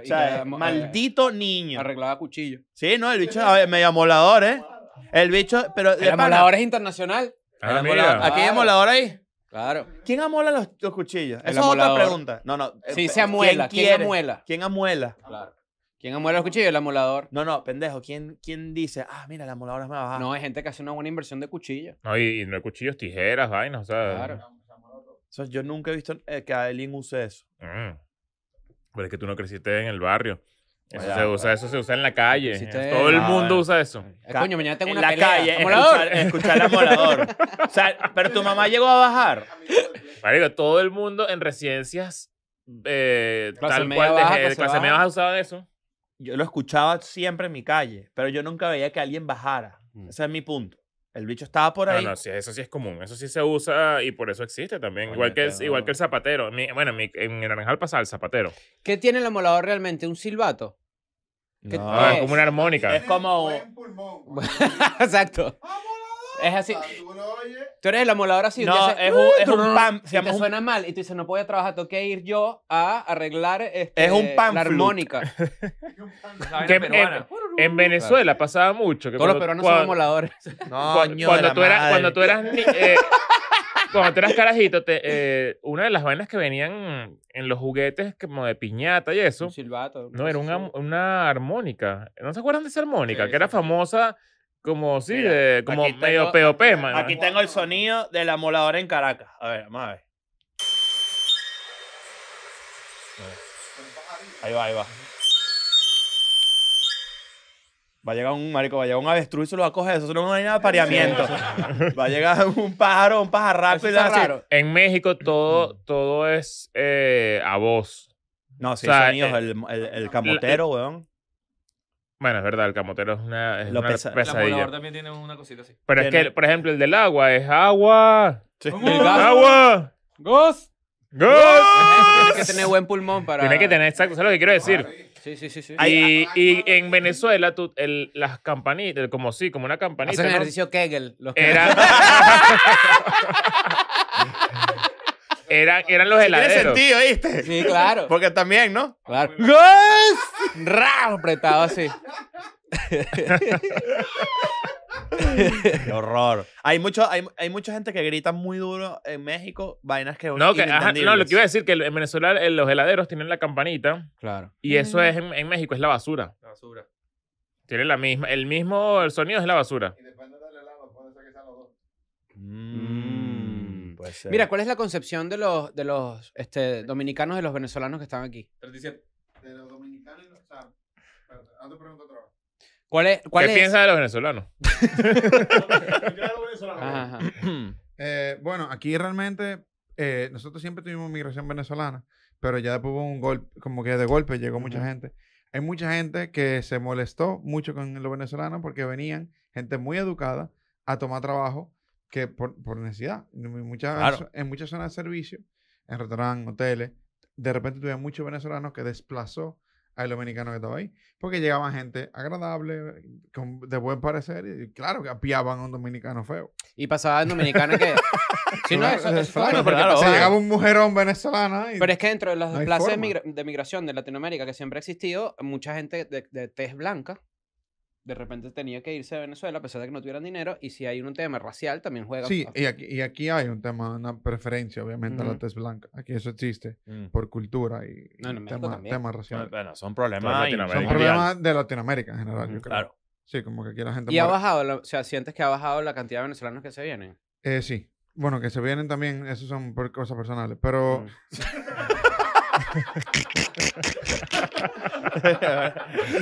O y sea, que, mo- eh, maldito niño. Arreglado a cuchillo. Sí, no, el bicho a ver, medio amolador, ¿eh? El bicho, pero. de El pana. amolador es internacional. Ah, El mira. amolador. ¿Aquí hay Claro. amolador ahí? Claro. ¿Quién amola los, los cuchillos? El Esa es otra amolador. pregunta. No, no. eh, Sí, pe- se amuela. ¿Quién, quiere? amuela? ¿Quién amuela? Claro. ¿Quién amuela los cuchillos? El amolador. No, no, pendejo. ¿Quién, quién dice, ah, mira, la amoladora es más baja? No, hay gente que hace una buena inversión de cuchillo. No, y, y no hay cuchillos, tijeras, vainas, o Ah. sea. Claro. Eso, yo nunca he visto eh, que alguien use eso. mm. Pero es que tú no creciste en el barrio. Pues Eso Vaya, se usa, eso se usa en la calle. Hiciste- Todo el Ah, mundo bueno. usa eso. Eh, Ca- coño, mañana tengo en una la pelea. calle, Amolador. escuchar, escuchar amolador. O sea, pero tu mamá llegó a Ah, bajar. Marico, todo el mundo en residencias eh, Clase tal media cual de baja, ge- clase clase baja. media baja usaba eso. Yo lo escuchaba siempre en mi calle, pero yo nunca veía que alguien bajara. Mm. Ese es mi punto. El bicho estaba por No, ahí. no, sí, eso sí es común. Eso sí se usa y por eso existe también. Coño, igual, que el, qué igual que el bobo. zapatero. Mi- bueno, en mi- en el naranjal pasaba el zapatero. ¿Qué tiene el amolador realmente? ¿Un silbato? ¿Qué- No. Ah, es? como una armónica. Es como- Buen pulmón. Exacto. Es O así. sea, tú lo oyes. Tú eres el amolador así. un día No, haces- es un, es un pam. y Se llama te un- suena mal y tú dices, no puedo trabajar, tengo que ir yo a arreglar este, Es un pan la flute. armónica. Que en, en Venezuela pasaba mucho. Que Todos los cuando- peruanos cuando- son amoladores. No, Cu- ño de cuando, la tú eras, madre. cuando tú eras ni- eh, cuando tú eras carajito, te, eh, una de las vainas que venían en los juguetes como de piñata y eso, Un silbato. no, era un una, una armónica. ¿No se acuerdan de esa armónica? Sí, que era sí. famosa como, sí, Mira, de- como aquí medio tengo- POP, mano. Aquí tengo el sonido de la moladora en Caracas. A ver, vamos a ver. Ahí va, ahí va. Va a llegar un marico, va a llegar un avestruz y se lo va a coger. Eso no es una vaina de apareamiento. Va a llegar un pájaro, un pajarraco Eso y le va a está decir- raro. En México todo, todo es eh, a voz. No, sí, O sea, sonidos. eh, el, el, el camotero, weón. Bueno, es verdad, el camotero es una, es Lo una pesa- El amolador pesadilla. también tiene una cosita así. Pero es tiene- que, por ejemplo, el del agua es agua. Sí. El gas. ¡Agua! ¡Gos! ¡Gas! Tienes que tener buen pulmón para... Tiene que tener, exacto, ¿sabes lo que quiero decir? Sí, sí, sí. sí. Ahí- Y, y en Venezuela, tú, el- las campanitas, como sí, como una campanita. Hacen ¿no? ejercicio Kegel. Los que- Era- eran, eran los Tiene heladeros. sentido, Eh. ¿viste? Sí, claro. Porque también, ¿no? claro. Ra, Apretado así. Qué horror. Hay, mucho, hay, hay mucha gente que grita muy duro en México, vainas que No, que, ajá, no, lo que iba a es. decir que en Venezuela eh, los heladeros tienen la campanita Claro. y eso es en, en México, es la basura. La basura. Tienen la misma, el mismo, el sonido es la basura. Y depende del helado, puede ser que sean los dos. Mm, puede ser. Mira, ¿cuál es la concepción de los, de los este, dominicanos de los venezolanos que están aquí? 37. De los dominicanos, o sea, espérate, haz tu pregunta otra vez. ¿Cuál es? Cuál ¿Qué es? piensas de los venezolanos? Ajá, ajá. Eh, bueno, aquí realmente eh, nosotros siempre tuvimos migración venezolana, pero ya después hubo un golpe, como que de golpe llegó mucha gente. Hay mucha gente que se molestó mucho con los venezolanos porque venían gente muy educada a tomar trabajo que por, por necesidad. En muchas, Claro. en muchas zonas de servicio, en restaurantes, hoteles, de repente tuvieron muchos venezolanos que desplazó al dominicano que estaba ahí. Porque llegaban gente agradable, con, de buen parecer, y claro que apiaban a un dominicano feo. Y pasaba en Dominicana que... Sí, no, eso, eso está Claro, bien, porque claro, O Claro. sea, pasaba- llegaba un mujerón venezolana y Pero es que dentro de los No hay desplaces de, forma. migra- de migración de Latinoamérica que siempre ha existido, mucha gente de, de tez blanca de repente tenía que irse a Venezuela a pesar de que no tuvieran dinero. Y si hay un tema racial, también juega. Sí, y aquí, y aquí hay un tema, una preferencia, obviamente, a Ujú. la tez blanca. Aquí eso existe Mm. por cultura y No, en México tema, también. temas Bueno, raciales. Bueno, son Son problemas. Latinoamérica. Son mundial. problemas de Latinoamérica en general, yo creo. Claro. Sí, como que aquí la gente... Y ha muere. bajado, la- o sea, sientes que ha bajado la cantidad de venezolanos que se vienen. Eh, sí. Bueno, que se vienen también, esos son por cosas personales. Pero Mm.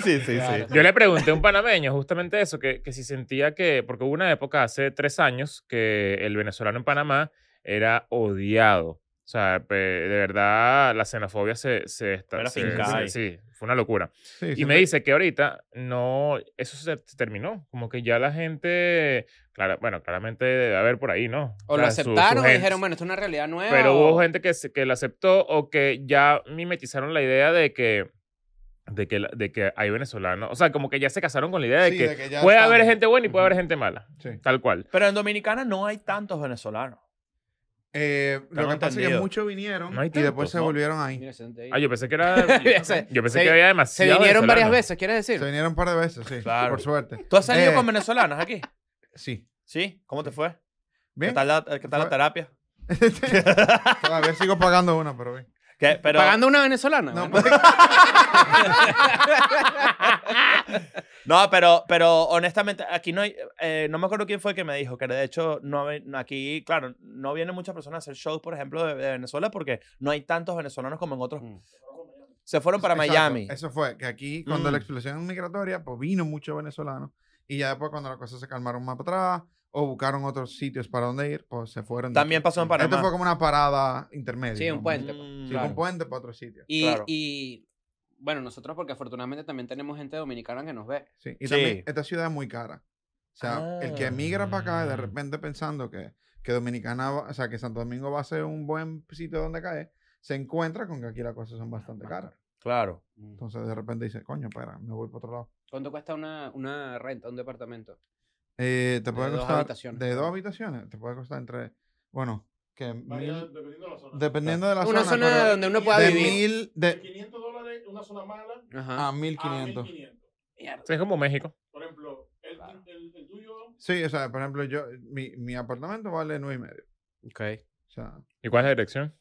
sí, sí, Claro. sí. Yo le pregunté a un panameño justamente eso, que, que si sentía que, porque hubo una época hace tres años que el venezolano en Panamá era odiado. O sea, pe- de verdad la xenofobia se... se, esta- Era se- fincada se- ahí. sí, fue una locura. sí, Y siempre- me dice que ahorita no, eso se, se terminó, como que ya la gente, claro, bueno, claramente debe haber por ahí, ¿no? O lo sea, su- su aceptaron o gente- dijeron, bueno, esto es una realidad nueva. pero o- hubo gente que, se- que lo aceptó o que ya mimetizaron la idea de que, de que, la- de que hay venezolanos. O sea, como que ya se casaron con la idea de sí, que de que ya puede haber están- gente buena y puede Ujú. haber gente mala. Sí. Tal cual. Pero en Dominicana no hay tantos venezolanos. Eh, lo que Tengo pasa es que entendido. muchos vinieron No hay y después tantos, se ¿no? volvieron ahí. Mira, se siente ahí. Ah, yo pensé que era. Se- Yo pensé se- que había Se demasiado. vinieron varias venezolanos. veces, ¿quieres decir? Se vinieron un par de veces, sí. Claro. Por suerte. ¿Tú has salido Eh, con venezolanos aquí? Sí. Sí. ¿Cómo te fue? ¿Qué ¿Bien? tal la, qué tal la Fue- terapia? Todavía sigo pagando una, pero bien. ¿Qué? Pero, pues, ¿Pagando una venezolana? No, Ah, pues, Bueno. No, pero, pero honestamente, aquí no hay. eh, no me acuerdo quién fue que me dijo que de hecho, no, ve- aquí, claro, no vienen muchas personas a hacer shows, por ejemplo, de, de Venezuela porque no hay tantos venezolanos como en otros. Mm. se fueron para Exacto, Miami. Eso fue, que aquí, cuando Mm. la explosión migratoria, pues vino mucho venezolano. Y ya después, cuando las cosas se calmaron más para atrás, o buscaron otros sitios para donde ir, pues se fueron. de También aquí. pasó en Panamá. Esto Este fue como una parada intermedia. Sí, un ¿no? puente. Sí, Mm, fue claro. un puente para otro sitio. Y, Claro. y, bueno, nosotros porque afortunadamente también tenemos gente dominicana que nos ve. Sí, Y Sí. también, esta ciudad es muy cara. O sea, el que Ah. emigra para acá, de repente pensando que, que Dominicana, va- o sea, que Santo Domingo va a ser un buen sitio donde caer, se encuentra con que aquí las cosas son bastante caras. Claro. Entonces, de repente dice, coño, espera, me voy para otro lado. ¿Cuánto cuesta una, una renta, un departamento? Eh, te puede dos costar habitaciones. de dos habitaciones, te puede costar entre, bueno, que Varía mil- dependiendo de la zona. dependiendo de la una zona, zona pero donde uno pueda de vivir. mil De de 500 dólares, una zona mala, Ajá. a Ah, mil a quinientos. 1500. Sí, es como México. Por ejemplo, el, el- el tuyo, Sí, o sea, por ejemplo, yo mi, mi apartamento vale nueve y medio. Ok. O sea, ¿Y cuál es la dirección?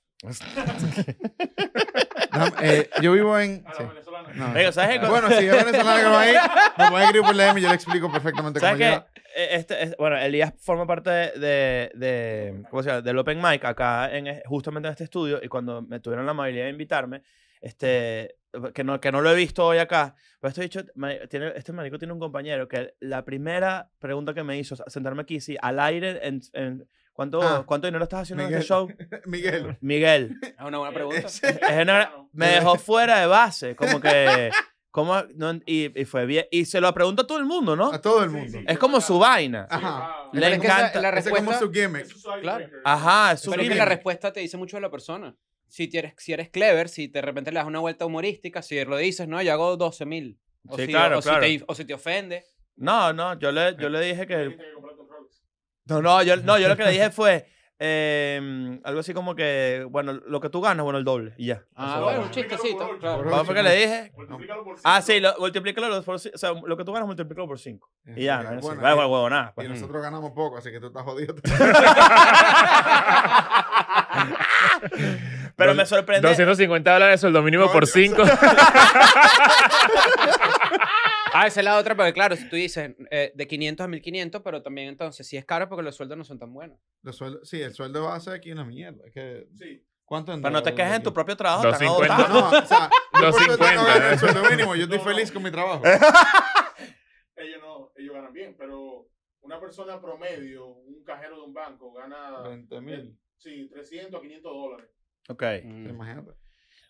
déjame- eh, yo vivo en. a la sí, venezolana. no, Venga, ¿sabes qué? bueno, si es venezolano que va a ir, me pueden escribir por DM y yo le explico perfectamente cómo ¿Sabes qué? llegar. Eh, Este, es- bueno, Elías forma parte de, de- de- ¿cómo se llama? del Open Mic acá, en, justamente en este estudio, y cuando me tuvieron la amabilidad de invitarme, este, que, no, que no lo he visto hoy acá, pero este, dicho, tiene, este marico tiene un compañero que la primera pregunta que me hizo, sentarme aquí, sí, al aire, en, en- ¿cuánto, Ah, ¿cuánto dinero estás haciendo en este Miguel. show? Miguel. Miguel, Es una buena pregunta. es una- me dejó fuera de base, como que... como no- y, y fue bien. Y se lo pregunto a todo el mundo, ¿no? A Ah. todo el mundo. Sí, sí. Es como su vaina. Ajá. Le Pero es que esa- encanta. la Ese es como respuesta- su gimmick. Es un Claro. sidebreaker. Ajá, es su Pero es que gimmick. la respuesta te dice mucho de la persona. Si eres, si eres clever, si de repente le das una vuelta humorística, si lo dices, no, yo hago 12 mil. O, Sí, si, claro, o si claro. te, o si te ofende. No, no, yo le, yo le dije Tienes que... que comprarte un Rolex. No, no, yo, no, yo lo que le dije fue em, algo así como que, bueno, lo que tú ganas, bueno, el doble, y ya. Ah, Eso bueno, vale. un chistecito. Por claro. ocho. ¿Cómo fue que le dije? Multiplícalo por Ah, cinco. sí, lo, multiplícalo los por ci- O sea, lo que tú ganas, multiplícalo por 5. Y ya, no, Este, Bueno, bueno, vale, huevo, nada. pues. Y nosotros ganamos poco, así que tú estás jodido. Pero me sorprende... 250 dólares el dominio Coño, por 5. Ah, esa es la otra, porque claro, si tú dices eh, de 500 a 1500, pero también entonces si es caro porque los sueldos no son tan buenos. Los sueldos- sí, el sueldo base aquí es una mierda. es que- Sí. ¿Cuánto en Pero no te dólares quejes en aquí? tu propio trabajo, Dos están cincuenta. No, agotados. no, o sea, yo por suerte no 250, gano el ¿eh? sueldo mínimo, yo estoy No, no. feliz con mi trabajo. Ellos no, ellos ganan bien, pero una persona promedio, un cajero de un banco, gana 20 mil, sí, 300 a 500 dólares. Ok. imagínate.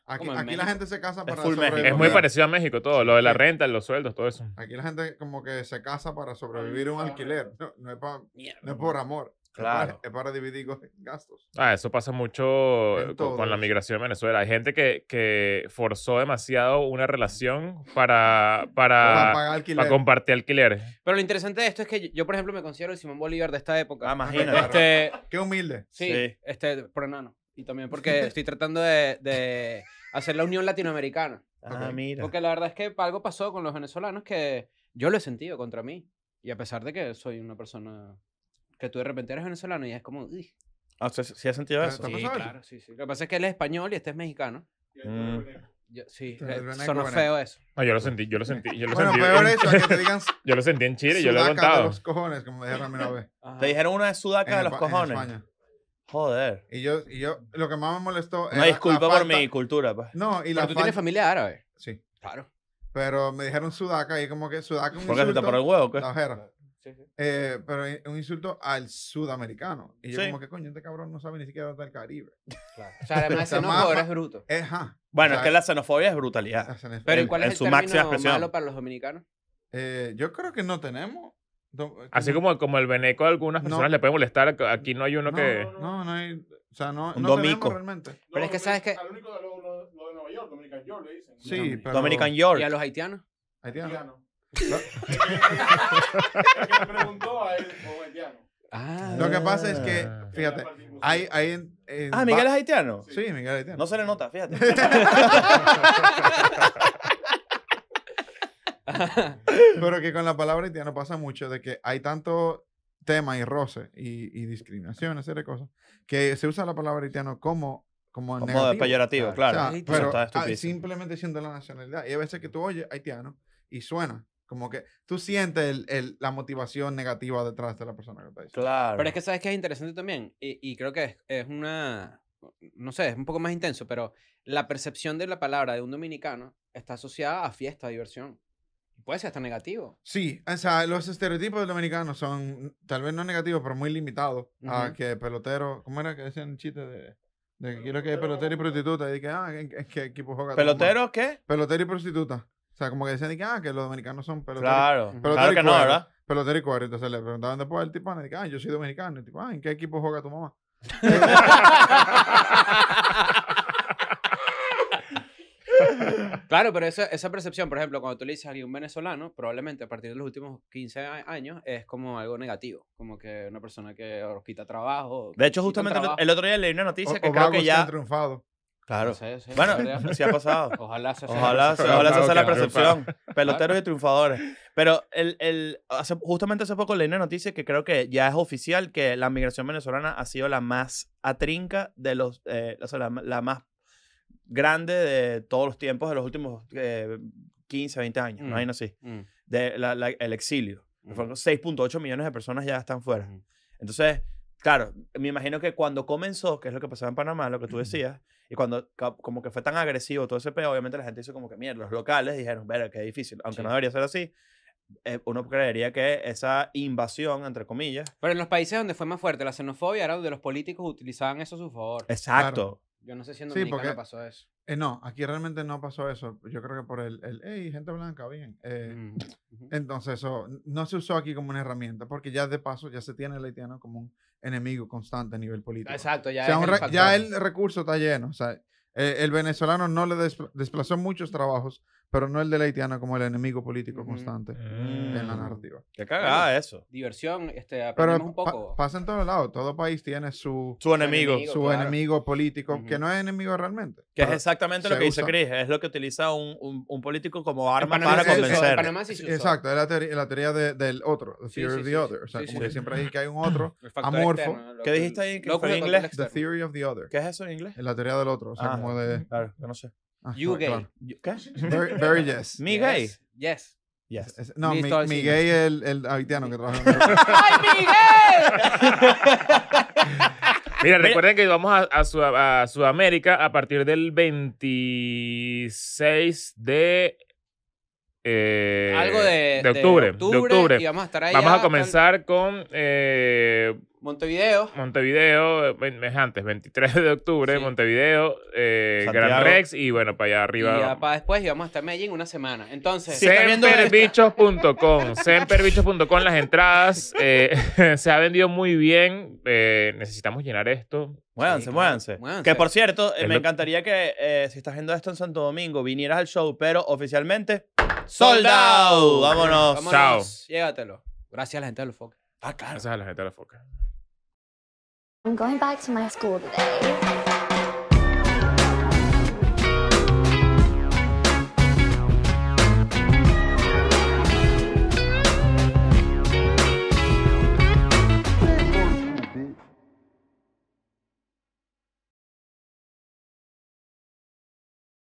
Aquí, Como en aquí la México. gente se casa para full México. sobrevivir. es muy parecido a México todo, lo de la Sí. renta, los sueldos, todo eso. Aquí la gente como que se casa para sobrevivir un alquiler. No, no es, pa- no es por amor. Es Claro. para- Es para dividir go- gastos. Ah, eso pasa mucho En eh, con, con la todos. migración de Venezuela. Hay gente que, que forzó demasiado una relación para, para para, pagar alquiler. para compartir alquiler. Pero lo interesante de esto es que yo- yo, por ejemplo, me considero el Simón Bolívar de esta época. Ah, imagínate. Claro. Este, Qué humilde. sí, Sí. este, por enano. Y también porque estoy tratando de, de hacer la unión latinoamericana. Ah, Ok. mira. Porque la verdad es que algo pasó con los venezolanos que yo lo he sentido contra mí. Y a pesar de que soy una persona que tú de repente eres venezolano y es como... "Ih". Ah, ¿sí- ¿Sí has sentido eso? ¿Te ha Sí, pasado eso? claro, sí, sí. Lo que pasa es que él es español y este es mexicano. Y ahí está el Mm. veneno. Yo- sí, Entonces, eh, el veneco, sonó veneco. feo eso. No, yo lo sentí, yo lo sentí, yo lo Bueno, sentí. peor en- eso, es que te digan yo lo sentí en Chile, yo lo he sudaca de contado. los cojones, como me dijeron una vez. Ajá. Te dijeron una de sudaca en de los Espa- en cojones. España. Joder. Y yo, y yo, lo que más me molestó Una era disculpa la por falta- mi cultura, pues. No, y Pero la tú tienes falta... familia árabe. Sí. Claro. Pero me dijeron sudaca y como que sudaca es un Porque se te insulto. paró el huevo, pues. ¿qué? la ojera. Sí, sí. Eh, pero es un insulto al sudamericano. Y yo Sí. como que coño, este cabrón no sabe ni siquiera dónde está el Caribe. O sea, además O sea, ese no más- ahora más- es bruto. Eh, ajá. Bueno, O es sea, que la xenofobia es brutalidad. hacen eso. Pero en- ¿y cuál en es su el máxima término expresión. malo para los dominicanos? Eh, yo creo que no tenemos. Do- eh, Así como, como el veneco a algunas No. personas le puede molestar, aquí no hay uno no, que... No, no hay... O sea, no, Un no domico. tenemos realmente. No, es que sabes que- Al único de lo, lo- lo de Nueva York, Dominican York, le dicen. Sí, Dominic- pero... Dominican York. ¿Y a los haitianos? Haitiano. Haitiano. El que me preguntó a él como haitiano. Ah. Lo que pasa es que, Ah. fíjate, hay... hay en- en- Ah, Miguel va- es haitiano. Sí, Miguel es haitiano. No se le nota, fíjate. Pero que con la palabra haitiano pasa mucho de que hay tanto tema y roce y, y discriminación, esa de cosas, que se usa la palabra haitiano como, como, Como negativo. peyorativo, O claro. sea, Ay, Eso pero está ah, estupidísimo. simplemente siendo la nacionalidad. Y hay veces que tú oyes haitiano y suena como que tú sientes el- el- la motivación negativa detrás de la persona que está diciendo. Claro. Pero es que sabes que es interesante también, y, y creo que es, es una, no sé, es un poco más intenso, pero la percepción de la palabra de un dominicano está asociada a fiesta, diversión. Puede ser hasta negativo. Sí, o sea, los estereotipos del dominicano son tal vez no negativos, pero muy limitados a Ujú. que pelotero, ¿cómo era que decían el chiste de, de que quiero que pelotero y prostituta? Y de que, ah, ¿en, en qué equipo juega? tu mamá? ¿Pelotero qué? Pelotero y prostituta. O sea, como que decían de que, ah, que los dominicanos son peloteros. Claro. Ujú. Pelotero claro y que no, cuero. ¿verdad? Pelotero y cuero. Entonces le preguntaban después al tipo, y de que, ah, yo soy dominicano. Y el tipo, ah, ¿en qué equipo juega tu mamá? Claro, pero esa, esa percepción, por ejemplo, cuando tú le dices a alguien un venezolano, probablemente a partir de los últimos 15 a- años es como algo negativo, como que una persona que os quita trabajo. De hecho, quita un justamente el- trabajo. el otro día leí una noticia O- que o creo vagos que que ya. han triunfado. Claro. Sí, sí, Bueno, ojalá- sí ha pasado. ojalá se sea- Ojalá, se- se- ojalá se sea la Claro, percepción. Peloteros y triunfadores. Pero el, el, hace- justamente hace poco leí una noticia que creo que ya es oficial que la migración venezolana ha sido la más atrinca de los. eh, o sea, la, la más grande de todos los tiempos de los últimos eh, 15, 20 años. Mm. No hay así. Mm, De la- la- el exilio. mm. Fueron 6.8 millones de personas ya están fuera. Ujú. Entonces, claro, me imagino que cuando comenzó, que es lo que pasaba en Panamá, lo que tú decías, y cuando ca- como que fue tan agresivo todo ese peo, obviamente la gente hizo como que mierda, los locales dijeron, verga, qué difícil, aunque Sí. no debería ser así. eh, uno creería que esa invasión, entre comillas, Pero en los países donde fue más fuerte la xenofobia era donde los políticos utilizaban eso a su favor. exacto, Yo no sé si en Sí, Dominicana porque- pasó eso. Eh, no, aquí realmente no pasó eso. Yo creo que por el, el hey, gente blanca, bien. Eh, Mm, ujú. Entonces, eso n- no se usó aquí como una herramienta, porque ya de paso ya se tiene el haitiano como un enemigo constante a nivel político. Exacto, ya O sea, es un el re- ya factor. el recurso está lleno. O sea, eh, el venezolano no le despl- desplazó muchos trabajos, pero no el del haitiano como el enemigo político Ujú. constante en la Mm. narrativa. qué cagada eso. Diversión, este, Pero aprendemos un pa- poco. pasa en todos lados. Todo país tiene su, Su enemigo, enemigo. su claro. enemigo político, que Ujú. no es enemigo realmente. que es pero- exactamente lo se que dice usa. Chris, es lo que utiliza un, un- un político como En arma Panamá para se usó, en convencer. Panamá sí se usó. Exacto, es la, teoría- la teoría de- del otro, the Sí, theory sí, of the sí, other. O sea, sí, como sí. que siempre hay que hay un otro, El factor amorfo. externo, lo ¿Qué que- dijiste ahí que locus fue en de inglés? contexto the externo. theory of the other. ¿Qué es eso en inglés? Es la teoría del otro, o sea, Ah. como de... Claro, yo no sé. ah, You no, gay. claro. Yo- ¿Qué? Very, very yes. ¿Mi gay? Yes, Yes. Yes. Es- No, mi, Listo, mi sí. gay es el, el haitiano que trabaja. ¡Ay, Miguel! Mira, recuerden que vamos a, a Sud- a Sudamérica a partir del 26 de... eh, Algo de, de octubre. De octubre. Y vamos a estar ahí. Vamos a comenzar con eh, Montevideo. Montevideo, eh, ven- es antes, 23 de octubre, Sí. Montevideo, eh, Gran Santiago. Rex y bueno, para allá Y arriba. ya para después y vamos a estar en Medellín una semana. Entonces, Sí. está viendo esto. Semperbichos.com. Semperbichos.com, las entradas eh, se ha vendido muy bien. eh, necesitamos llenar esto. Muévanse, claro, muévanse. muévanse. Que por cierto, eh, Es me lo- encantaría que eh, si estás viendo esto en Santo Domingo, vinieras al show, pero oficialmente. Sold ¡Sold out! out. Vámonos. vámonos. Chao. Llévatelo. Gracias a la gente del Foque. Ah, claro. Gracias a la gente de la foca. I'm going back to my school today.